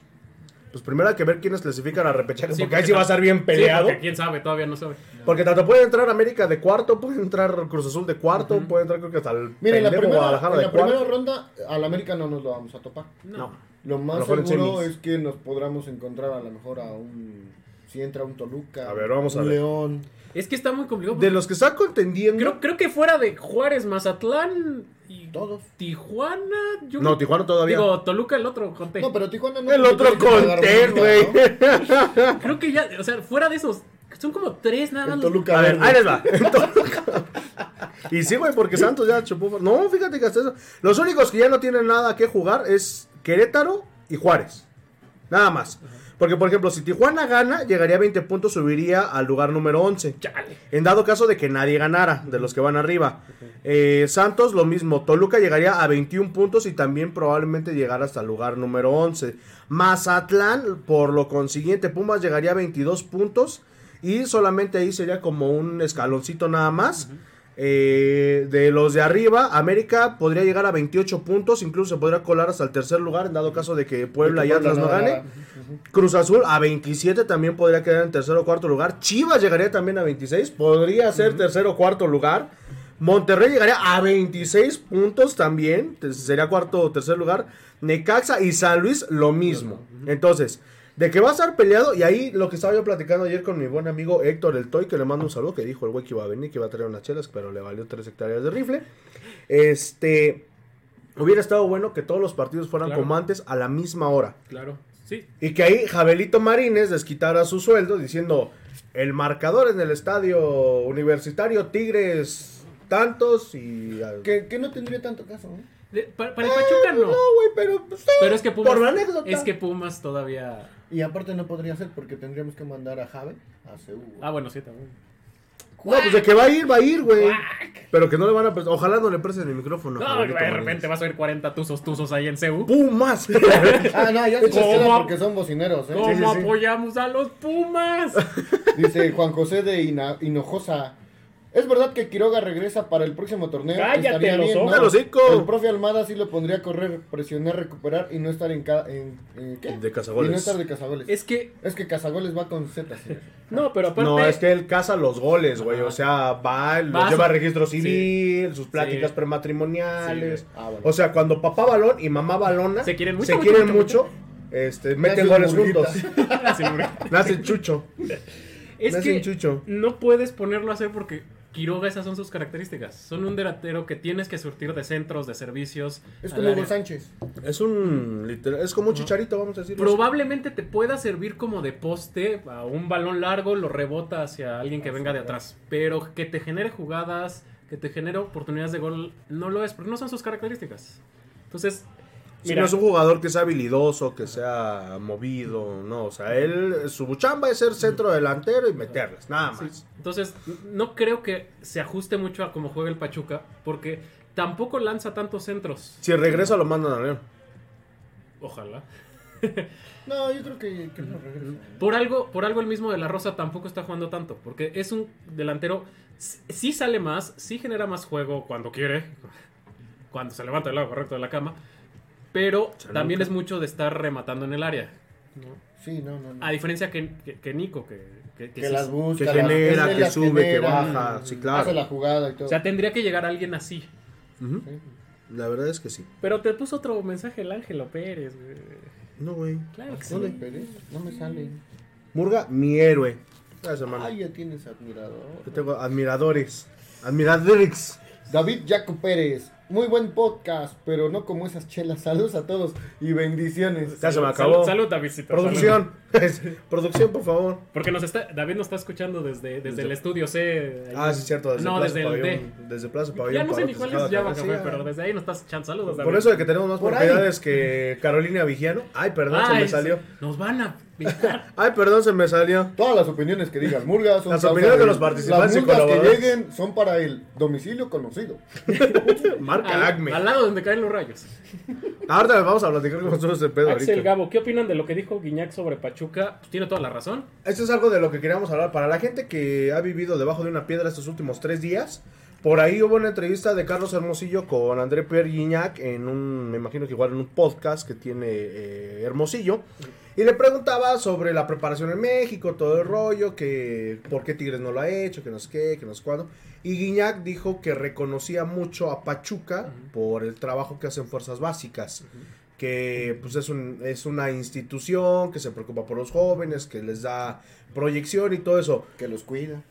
Speaker 1: Pues primero hay que ver quiénes clasifican a repechajes,
Speaker 2: Sí,
Speaker 1: porque ahí sí va a estar bien peleado.
Speaker 2: porque quién sabe, todavía no sabe.
Speaker 1: Porque tanto puede entrar América de cuarto, puede entrar Cruz Azul de cuarto, puede entrar creo que hasta el
Speaker 3: Mira, en la,
Speaker 1: pendejo
Speaker 3: primera,
Speaker 1: Guadalajara
Speaker 3: en
Speaker 1: de
Speaker 3: la
Speaker 1: cuarto.
Speaker 3: primera ronda al América no nos lo vamos a topar.
Speaker 1: No.
Speaker 3: Lo
Speaker 1: A
Speaker 3: más
Speaker 1: lo mejor en
Speaker 3: seguro
Speaker 1: semis.
Speaker 3: es que nos podamos encontrar a lo mejor a un... Si entra un Toluca,
Speaker 1: A ver, vamos a
Speaker 3: un
Speaker 1: ver.
Speaker 3: León.
Speaker 2: Es que está muy complicado.
Speaker 1: De los que están contendiendo...
Speaker 2: Creo, creo que fuera de Juárez, Mazatlán y
Speaker 3: Todos.
Speaker 2: Tijuana. yo
Speaker 1: No,
Speaker 2: creo-
Speaker 1: Tijuana todavía.
Speaker 2: Digo, Toluca el otro, conté.
Speaker 3: No, pero Tijuana no...
Speaker 1: el otro
Speaker 3: tiene que pagar
Speaker 1: conté,
Speaker 3: multa,
Speaker 1: güey.
Speaker 3: ¿no?
Speaker 2: Creo que ya, o sea, fuera de esos, son como tres nada más.
Speaker 3: El
Speaker 2: los-
Speaker 3: Toluca
Speaker 1: A ver,
Speaker 3: verde.
Speaker 1: ahí les va. y sí, güey, porque Santos ya chupó. No, fíjate que hasta eso. Los únicos que ya no tienen nada que jugar es Querétaro y Juárez. Nada más. Porque, por ejemplo, si Tijuana gana, llegaría a 20 puntos, subiría al lugar número 11.
Speaker 2: Chale.
Speaker 1: En dado caso de que nadie ganara, de los que van arriba. Eh, Santos, lo mismo. Toluca llegaría a 21 puntos y también probablemente llegara hasta el lugar número 11. Mazatlán, por lo consiguiente, Pumas llegaría a 22 puntos y solamente ahí sería como un escaloncito nada más. Eh, de los de arriba, América podría llegar a 28 puntos, incluso se podría colar hasta el tercer lugar en dado caso de que Puebla y
Speaker 3: Puebla
Speaker 1: Atlas no
Speaker 3: no
Speaker 1: gane.
Speaker 3: ganara.
Speaker 1: Cruz Azul a 27 también podría quedar en tercer o cuarto lugar. Chivas llegaría también a 26, podría ser tercer o cuarto lugar. Monterrey llegaría a 26 puntos también, te- sería cuarto o tercer lugar. Necaxa y San Luis lo mismo. Entonces, de que va a estar peleado, y ahí lo que estaba yo platicando ayer con mi buen amigo Héctor El Toy, que le mando un saludo, que dijo el güey que iba a venir, que iba a traer unas chelas, pero le valió 3 hectáreas de rifle. Este, hubiera estado bueno que todos los partidos fueran
Speaker 2: Claro.
Speaker 1: como antes, a la misma hora.
Speaker 2: Claro, sí.
Speaker 1: Y que ahí Jabelito Marínez desquitara su sueldo diciendo, el marcador en el estadio universitario Tigres tantos y...
Speaker 3: Que, que no tendría tanto caso, ¿eh? ¿no?
Speaker 2: De- pa- para, el Pachuca no.
Speaker 1: No, güey, pero... pues, sí,
Speaker 2: Pero es que Pumas.
Speaker 1: Por la anécdota.
Speaker 2: Es que Pumas todavía.
Speaker 3: Y aparte no podría ser porque tendríamos que mandar a Jave a Seúl.
Speaker 2: Ah, bueno, sí, también.
Speaker 1: No, pues de que va a ir, va a ir, güey.
Speaker 2: Guac.
Speaker 1: Pero que no le van a... pres- Ojalá no le presten el micrófono. a
Speaker 2: No,
Speaker 1: Jabelito
Speaker 2: de
Speaker 1: Marínez.
Speaker 2: repente vas a ver 40 tuzos, tuzos ahí en CEU.
Speaker 1: ¡Pumas!
Speaker 3: Ah, no, ya se
Speaker 2: ¿Cómo?
Speaker 3: queda porque son bocineros, ¿eh?
Speaker 2: ¿Cómo
Speaker 1: sí, sí.
Speaker 2: apoyamos a los Pumas?
Speaker 3: Dice Juan José de Hina- Hinojosa. Es verdad que Quiroga regresa para el próximo torneo.
Speaker 2: Cállate
Speaker 3: Estaría
Speaker 2: los
Speaker 3: bien, ¿no?
Speaker 2: ojos.
Speaker 1: ¡Los cinco!
Speaker 3: El profe Almada sí lo pondría a correr, presionar, recuperar y no estar en cada. En, en- ¿qué?
Speaker 1: De cazagoles.
Speaker 3: Y no estar de cazagoles. Es,
Speaker 2: es que.
Speaker 3: que cazagoles va con Z, señor.
Speaker 2: No, pero aparte.
Speaker 1: No, es que él caza los goles, güey.
Speaker 2: Ajá.
Speaker 1: O sea, va, los
Speaker 2: Va a
Speaker 1: lleva a
Speaker 2: su-
Speaker 1: registro civil, sus pláticas
Speaker 2: Sí.
Speaker 1: prematrimoniales.
Speaker 2: Sí,
Speaker 3: güey. Ah, bueno.
Speaker 1: O sea, cuando papá balón y mamá balona
Speaker 2: Se quieren mucho,
Speaker 1: se
Speaker 2: mucho,
Speaker 1: quieren
Speaker 2: mucho,
Speaker 1: mucho, este, meten
Speaker 3: Nacen
Speaker 1: goles
Speaker 3: burritas.
Speaker 1: juntos.
Speaker 2: Sí, güey.
Speaker 1: Nacen chucho.
Speaker 2: Es
Speaker 1: Nacen
Speaker 2: que
Speaker 1: chucho.
Speaker 2: no puedes ponerlo a hacer porque Quiroga, esas son sus características. Son un delantero que tienes que surtir de centros, de servicios.
Speaker 3: Es
Speaker 2: al
Speaker 3: como Hugo
Speaker 2: área.
Speaker 3: Sánchez.
Speaker 1: Es un literal- es como un
Speaker 2: Ajá.
Speaker 1: chicharito, vamos a decirlo.
Speaker 2: Probablemente te pueda servir como de poste a un balón largo, lo rebota hacia alguien que venga de atrás. Pero que te genere jugadas, que te genere oportunidades de gol, no lo es, porque no son sus características. Entonces,
Speaker 1: Si
Speaker 2: mira,
Speaker 1: no es un jugador que sea habilidoso, que sea movido, no, o sea, él su chamba es ser centro delantero y meterles, nada
Speaker 2: Sí.
Speaker 1: más.
Speaker 2: Entonces, no creo que se ajuste mucho a cómo juega el Pachuca, porque tampoco lanza tantos centros.
Speaker 1: Si regresa lo mandan a León.
Speaker 2: Ojalá.
Speaker 3: No, yo creo que, que no regresa.
Speaker 2: Por algo, por algo el mismo de la Rosa tampoco está jugando tanto, porque es un delantero, s- sí sale más, sí genera más juego cuando quiere, cuando se levanta del lado correcto de la cama, pero
Speaker 1: sea,
Speaker 2: también
Speaker 1: nunca.
Speaker 2: es mucho de estar rematando en el área. ¿no?
Speaker 3: Sí, no, no. no.
Speaker 2: A diferencia que, que, que Nico, que, Ah, que- que
Speaker 3: que
Speaker 2: sí-
Speaker 3: las busca.
Speaker 1: Que
Speaker 3: las-
Speaker 1: genera,
Speaker 3: él
Speaker 1: que
Speaker 3: las
Speaker 1: sube, que
Speaker 3: genera,
Speaker 1: baja, sí, claro.
Speaker 3: Hace la jugada y todo.
Speaker 2: o sea, tendría que llegar alguien así.
Speaker 1: Ujú.
Speaker 3: Sí.
Speaker 1: La verdad es que sí.
Speaker 2: Pero te puso otro mensaje el Ángelo Pérez. güey.
Speaker 1: No, güey.
Speaker 2: Claro que sí.
Speaker 3: Ángel Pérez, No me sale.
Speaker 1: Murga, mi héroe. Gracias, hermano.
Speaker 3: Ay, ya tienes admirador.
Speaker 1: Yo tengo admiradores. Admiradores.
Speaker 3: David Jaco Pérez. Muy buen podcast, pero no como esas chelas. Saludos a todos y bendiciones.
Speaker 1: Ya se me
Speaker 2: Salud-
Speaker 1: acabó.
Speaker 2: Salud, Davidcito, salud.
Speaker 1: Producción. Producción, por favor.
Speaker 2: Porque nos está, David nos está escuchando desde, desde,
Speaker 1: Desde-
Speaker 2: el estudio C. ahí
Speaker 1: Ah,
Speaker 2: en-
Speaker 1: sí, cierto. Desde
Speaker 2: no,
Speaker 1: Plaza
Speaker 2: desde el D.
Speaker 1: Pabellón- Desde Plaza Pabellón.
Speaker 2: Ya no sé
Speaker 1: Pabellón
Speaker 2: ni cuál
Speaker 1: Pescado,
Speaker 2: es Java
Speaker 1: sí,
Speaker 2: Café,
Speaker 1: ya.
Speaker 2: pero desde ahí nos estás echando saludos.
Speaker 1: Por
Speaker 2: David.
Speaker 1: eso de que tenemos más
Speaker 3: Por ahí.
Speaker 1: propiedades que Carolina Vigiano. Ay, perdón, se
Speaker 2: Ay,
Speaker 1: me salió.
Speaker 2: Nos van a,
Speaker 1: Ay, perdón, se me salió.
Speaker 3: Todas las opiniones que digas Murga son
Speaker 1: Las
Speaker 3: causa
Speaker 1: opiniones de los participantes y
Speaker 3: Las multas que
Speaker 1: colaboradores.
Speaker 3: lleguen son para el domicilio conocido.
Speaker 1: Marca
Speaker 2: Al,
Speaker 1: Acme.
Speaker 2: al lado donde caen los rayos.
Speaker 1: Ahorita les vamos a platicar con nosotros de pedo
Speaker 4: Axel
Speaker 1: ahorita.
Speaker 4: Gabo, ¿qué opinan de lo que dijo Guiñac sobre Pachuca?
Speaker 2: Pues tiene toda la razón.
Speaker 1: Esto es algo de lo que queríamos hablar. Para la gente que ha vivido debajo de una piedra estos últimos tres días, por ahí hubo una entrevista de Carlos Hermosillo con André Pierre Guignac en un, me imagino que igual en un podcast que tiene eh, Hermosillo. Y le preguntaba sobre la preparación en México, todo el rollo, que por qué Tigres no lo ha hecho, que no sé qué, que no sé cuándo. Y Guiñac dijo que reconocía mucho a Pachuca por el trabajo que hacen fuerzas básicas. Que pues es, un, es una institución que se preocupa por los jóvenes, que les da proyección y todo eso
Speaker 3: Que los cuida.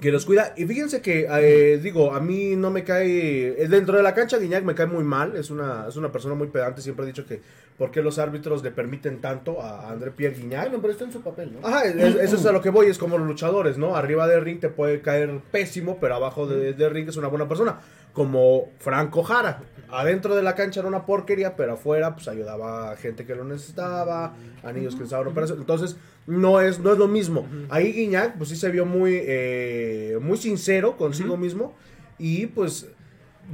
Speaker 1: que los cuida. Y fíjense que, eh, digo, a mí no me cae. eh, Dentro de la cancha, Guiñac me cae muy mal. Es una, es una persona muy pedante. Siempre he dicho que, ¿por qué los árbitros le permiten tanto a André Pierre Guiñac?
Speaker 3: Bueno, Ah, pero está en su papel, ¿no?
Speaker 1: Ajá, es- eso es a lo que voy, es como los luchadores, ¿no? Arriba del ring te puede caer pésimo, pero abajo de- del ring es una buena persona. Como Franco Jara, adentro de la cancha era una porquería, pero afuera pues ayudaba a gente que lo necesitaba, a niños que estaban en operación. Entonces, no es, no es lo mismo. Ahí Guiñac, pues sí se vio muy, eh, muy sincero consigo mismo. Y pues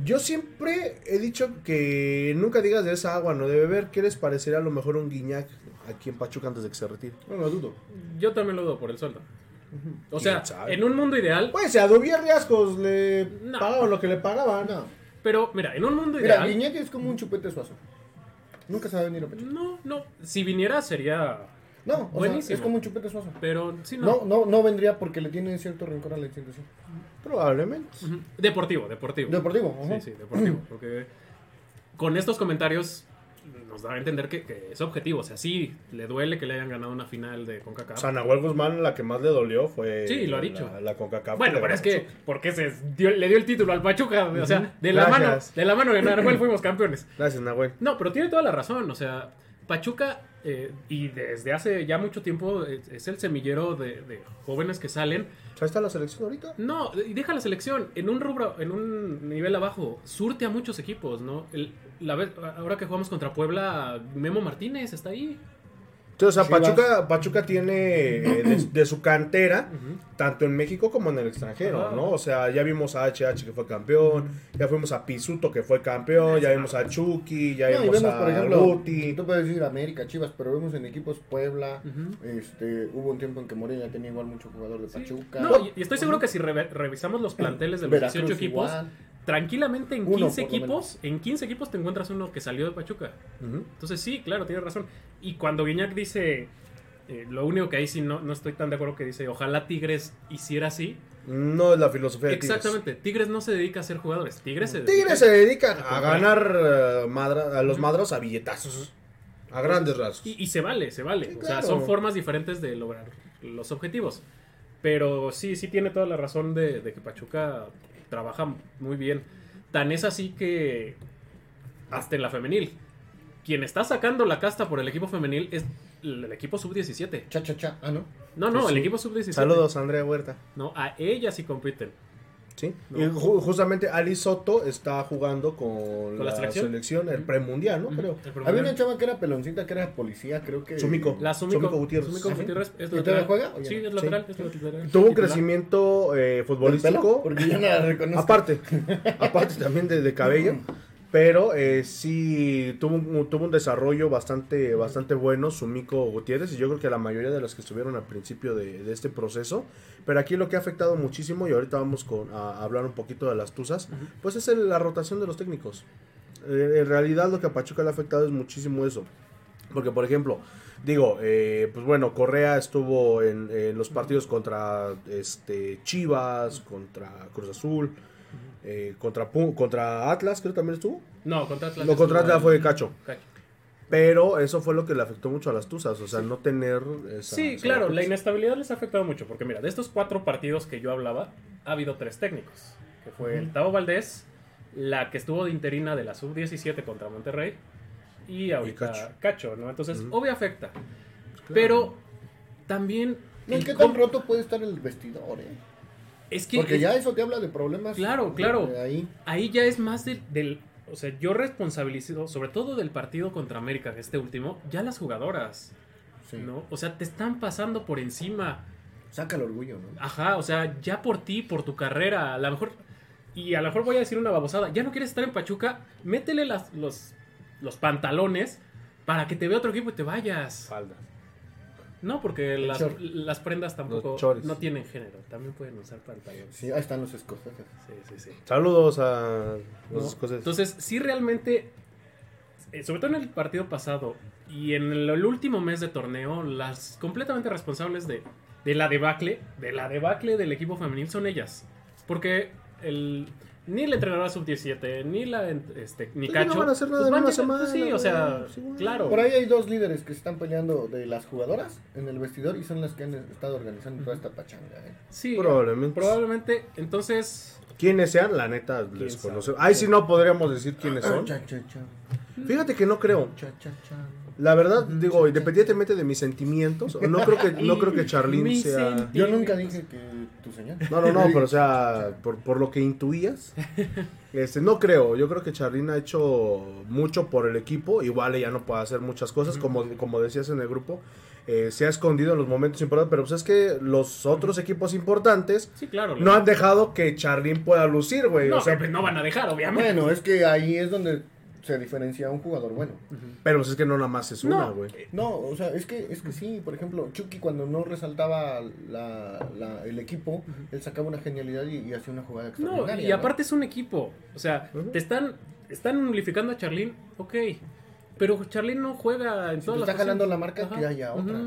Speaker 1: yo siempre he dicho que nunca digas de esa agua no de beber. ¿Qué les parecería a lo mejor un Guiñac aquí en Pachuca antes de que se retire?
Speaker 3: No lo dudo.
Speaker 2: Yo también lo dudo por el sueldo. O sea,
Speaker 1: ¿Quién sabe?
Speaker 2: en un mundo ideal.
Speaker 1: Pues a Dubier Riascos le
Speaker 2: No.
Speaker 1: pagaban lo que le pagaban.
Speaker 3: No.
Speaker 2: Pero mira, en un mundo
Speaker 3: Mira,
Speaker 2: ideal.
Speaker 3: Guiñac es como un chupete suazo. Nunca se va a venir a Pachuca.
Speaker 2: No, no. Si viniera sería.
Speaker 3: No, o sea,
Speaker 2: Buenísimo.
Speaker 3: es como un chupete suazo.
Speaker 2: Pero sí, no.
Speaker 3: No, no, no vendría porque le tiene cierto rencor a la institución.
Speaker 1: Probablemente.
Speaker 2: Ujú. Deportivo, deportivo.
Speaker 3: Deportivo, ajá.
Speaker 2: Sí, sí, deportivo. Porque con estos comentarios nos da a entender que, que es objetivo. O sea, sí, le duele que le hayan ganado una final de
Speaker 1: O
Speaker 2: CONCACAF.
Speaker 1: sea, Nahuel Guzmán la que más le dolió fue
Speaker 2: Sí, lo ha
Speaker 1: la-
Speaker 2: dicho.
Speaker 1: La, CONCACAF.
Speaker 2: bueno,
Speaker 1: Le
Speaker 2: pero es
Speaker 1: ganó.
Speaker 2: que porque se dio- le dio el título al Pachuca, o sea, de la
Speaker 1: Gracias.
Speaker 2: mano, de la mano de Nahuel fuimos campeones.
Speaker 1: Gracias, Nahuel.
Speaker 2: No, pero tiene toda la razón, o sea, Pachuca eh, y desde hace ya mucho tiempo es, es el semillero de, de jóvenes que salen.
Speaker 1: O sea, ahí está la selección ahorita.
Speaker 2: No, y deja la selección en un rubro, en un nivel abajo, surte a muchos equipos, ¿no? El- la vez, ahora que jugamos contra Puebla, Memo Martínez está ahí.
Speaker 1: Sí, o sea,
Speaker 3: Chivas.
Speaker 1: Pachuca, Pachuca tiene eh, de, de su cantera, tanto en México como en el extranjero,
Speaker 2: Ajá.
Speaker 1: ¿no? O sea, ya vimos a HH que fue campeón, ya fuimos a Pisuto que fue campeón, ya vimos a Chucky, ya
Speaker 3: No, y
Speaker 1: vimos
Speaker 3: vemos,
Speaker 1: a
Speaker 3: por ejemplo,
Speaker 1: Guti.
Speaker 3: tú puedes decir América, Chivas, pero vemos en equipos Puebla,
Speaker 2: Ujú.
Speaker 3: este, hubo un tiempo en que Morelia tenía igual mucho jugador de Pachuca.
Speaker 2: No, y, y estoy seguro que si reve- revisamos los planteles de los
Speaker 3: Veracruz
Speaker 2: 18 equipos,
Speaker 3: igual.
Speaker 2: tranquilamente en
Speaker 3: Uno,
Speaker 2: 15
Speaker 3: por lo
Speaker 2: equipos, en 15 equipos te encuentras uno que salió de Pachuca.
Speaker 1: Ujú.
Speaker 2: Entonces sí, claro, tienes razón. Y cuando Guiñac dice, eh, lo único que ahí sí no, no estoy tan de acuerdo que dice, ojalá Tigres hiciera así.
Speaker 1: No es la filosofía de Tigres.
Speaker 2: Exactamente, Tigres no se dedica a ser jugadores, Tigres se dedica
Speaker 1: Tigres se dedica a ganar eh, madra- a los madros a billetazos. A grandes rasgos.
Speaker 2: Y, y se vale, se vale.
Speaker 1: Sí,
Speaker 2: O sea,
Speaker 1: claro.
Speaker 2: son formas diferentes de lograr los objetivos. Pero sí, sí tiene toda la razón de, de que Pachuca trabaja muy bien. Tan es así que hasta en la femenil. Quien está sacando la casta por el equipo femenil es el el equipo sub-17.
Speaker 3: Cha, cha, cha. Ah, no.
Speaker 2: No, no,
Speaker 1: Pues
Speaker 2: el
Speaker 1: sí.
Speaker 2: equipo sub-17.
Speaker 1: Saludos, Andrea Huerta.
Speaker 2: No, a ella sí compiten.
Speaker 1: Sí.
Speaker 2: No.
Speaker 1: Y ju- justamente Ali Soto está jugando con,
Speaker 2: la selección?
Speaker 1: el premundial, ¿no? Creo.
Speaker 2: El
Speaker 3: Había una
Speaker 2: problema-
Speaker 3: chava que era peloncita, que era policía, creo que.
Speaker 1: Sumico.
Speaker 2: La Sumico,
Speaker 1: Sumico Gutiérrez.
Speaker 2: Sumico
Speaker 1: Ajá.
Speaker 2: Gutiérrez es
Speaker 3: ¿Y todavía
Speaker 2: lateral.
Speaker 3: juega? Oye,
Speaker 2: Sí, es
Speaker 3: sí.
Speaker 2: lateral. es lateral.
Speaker 1: Tuvo un
Speaker 2: Titular.
Speaker 1: crecimiento eh,
Speaker 3: ¿Del pelo?
Speaker 1: futbolístico.
Speaker 3: Porque yo no la reconozco.
Speaker 1: Aparte, aparte también de, de cabello. Pero eh, sí tuvo un, tuvo un desarrollo bastante, bastante bueno Sumico Gutiérrez y yo creo que la mayoría de las que estuvieron al principio de, de este proceso. Pero aquí lo que ha afectado muchísimo, y ahorita vamos con, a, a hablar un poquito de las tuzas, pues es el- la rotación de los técnicos. Eh, en realidad lo que a Pachuca le ha afectado es muchísimo eso. Porque, por ejemplo, digo, eh, pues bueno, Correa estuvo en, en los partidos contra este Chivas, contra Cruz Azul, eh, contra, Pu- contra Atlas, creo que también estuvo.
Speaker 2: No, contra Atlas.
Speaker 1: Lo contra Atlas fue Cacho.
Speaker 2: Cacho.
Speaker 1: Pero eso fue lo que le afectó mucho a las Tuzas, o sea, no tener esa-
Speaker 2: Sí,
Speaker 1: esa
Speaker 2: claro, la
Speaker 1: rotación.
Speaker 2: inestabilidad les ha afectado mucho, porque mira, de estos cuatro partidos que yo hablaba, ha habido tres técnicos, que fue el Tavo Valdés, la que estuvo de interina de la sub-17 contra Monterrey, y ahorita
Speaker 1: Cacho.
Speaker 2: Cacho. ¿no? Entonces, obvio afecta, pero también...
Speaker 3: Pues No,
Speaker 2: el
Speaker 3: ¿Qué tan
Speaker 2: com-
Speaker 3: roto puede estar el vestidor, eh?
Speaker 2: es que
Speaker 3: Porque
Speaker 2: es-
Speaker 3: ya eso te habla de problemas.
Speaker 2: Claro, claro.
Speaker 3: de ahí.
Speaker 2: ahí ya es más del, del- O sea, yo responsabilizo, sobre todo del partido contra América, este último, ya las jugadoras.
Speaker 3: Sí.
Speaker 2: ¿no? O sea, te están pasando por encima.
Speaker 3: Saca el orgullo, ¿no?
Speaker 2: Ajá, o sea, ya por ti, por tu carrera, a lo mejor. Y a lo mejor voy a decir una babosada. Ya no quieres estar en Pachuca, métele las, los, los pantalones para que te vea otro equipo y te vayas.
Speaker 5: Faldas.
Speaker 2: No, porque las,
Speaker 3: short.
Speaker 2: las prendas tampoco
Speaker 5: Los chores.
Speaker 2: no tienen género. También pueden usar pantalones.
Speaker 3: Sí, ahí están los escoceses.
Speaker 2: Sí, sí, sí.
Speaker 5: Saludos a
Speaker 2: ¿no?
Speaker 5: los escoceses.
Speaker 2: Entonces, sí realmente, eh, sobre todo en el partido pasado y en el, el último mes de torneo, las completamente responsables de, de la debacle, de la debacle del equipo femenil son ellas. Porque el, ni la entrenadora sub-17, ni la en- este, ni
Speaker 1: Pues ya
Speaker 2: Cacho.
Speaker 1: no van a hacer nada en
Speaker 2: van
Speaker 1: una
Speaker 2: llegando- pues
Speaker 1: semana,
Speaker 2: sí, o sea,
Speaker 1: güey, sí, güey.
Speaker 2: claro.
Speaker 3: Por ahí hay dos líderes que se están peleando de las jugadoras en el vestidor y son las que han estado organizando toda esta pachanga. ¿eh?
Speaker 2: Sí,
Speaker 1: Probablemente.
Speaker 2: probablemente. Entonces,
Speaker 1: Quiénes sean, la neta, les
Speaker 2: ¿Quién sabe?
Speaker 1: conocemos. Ahí sí no podríamos decir quiénes son.
Speaker 3: Cha, cha, cha.
Speaker 1: Fíjate que no creo.
Speaker 3: Cha, cha, cha.
Speaker 1: La verdad,
Speaker 2: Mm,
Speaker 1: digo, independientemente de mis sentimientos, no creo que, no creo que Charlene
Speaker 2: Mis
Speaker 1: sea...
Speaker 2: sentimientos.
Speaker 3: Yo nunca dije que tu señal.
Speaker 1: No, no, no, pero o sea, por, por lo que intuías, este, no creo. Yo creo que Charlene ha hecho mucho por el equipo. Igual ella no puede hacer muchas cosas, como, como decías en el grupo. eh, se ha escondido en los momentos importantes, pero pues es que los otros equipos importantes
Speaker 2: sí, claro.
Speaker 1: no han dejado que Charlene pueda lucir, güey.
Speaker 2: no,
Speaker 1: o sea,
Speaker 2: pues no van a dejar, obviamente.
Speaker 3: Bueno, es que ahí es donde se diferencia un jugador bueno.
Speaker 1: pero pues es que no nada más es una,
Speaker 2: No.
Speaker 1: güey.
Speaker 3: No, o sea, es que, es que sí, por ejemplo, Chucky cuando no resaltaba la- la- el equipo, él sacaba una genialidad y, y hacía una jugada
Speaker 2: No,
Speaker 3: extraordinaria.
Speaker 2: y aparte es un equipo. O sea,
Speaker 1: Ujú.
Speaker 2: te están, están nulificando a Charlene, ok. Pero Charlene no juega en
Speaker 3: te
Speaker 2: todas las
Speaker 3: pues está jalando
Speaker 2: posiciones.
Speaker 3: la marca, que haya otra.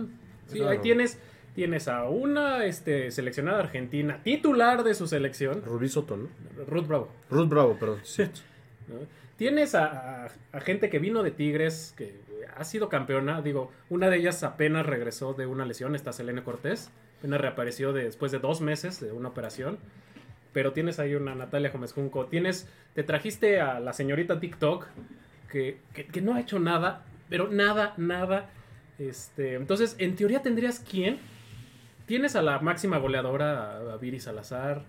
Speaker 2: Sí,
Speaker 1: Claro.
Speaker 2: ahí tienes, tienes a una este, seleccionada argentina, titular de su selección,
Speaker 1: Rubí Soto, ¿no?
Speaker 2: Ruth Bravo.
Speaker 1: Ruth Bravo, perdón. sí.
Speaker 2: ¿no? Tienes a, a- a gente que vino de Tigres, que ha sido campeona. Digo, una de ellas apenas regresó de una lesión, está Selene Cortés. Apenas reapareció de- después de dos meses de una operación. Pero tienes ahí una Natalia Gómez Junco. Tienes, te trajiste a la señorita TikTok, que, que- que no ha hecho nada, pero nada, nada. Este, entonces, en teoría tendrías quién. Tienes a la máxima goleadora, a- a Viri Salazar.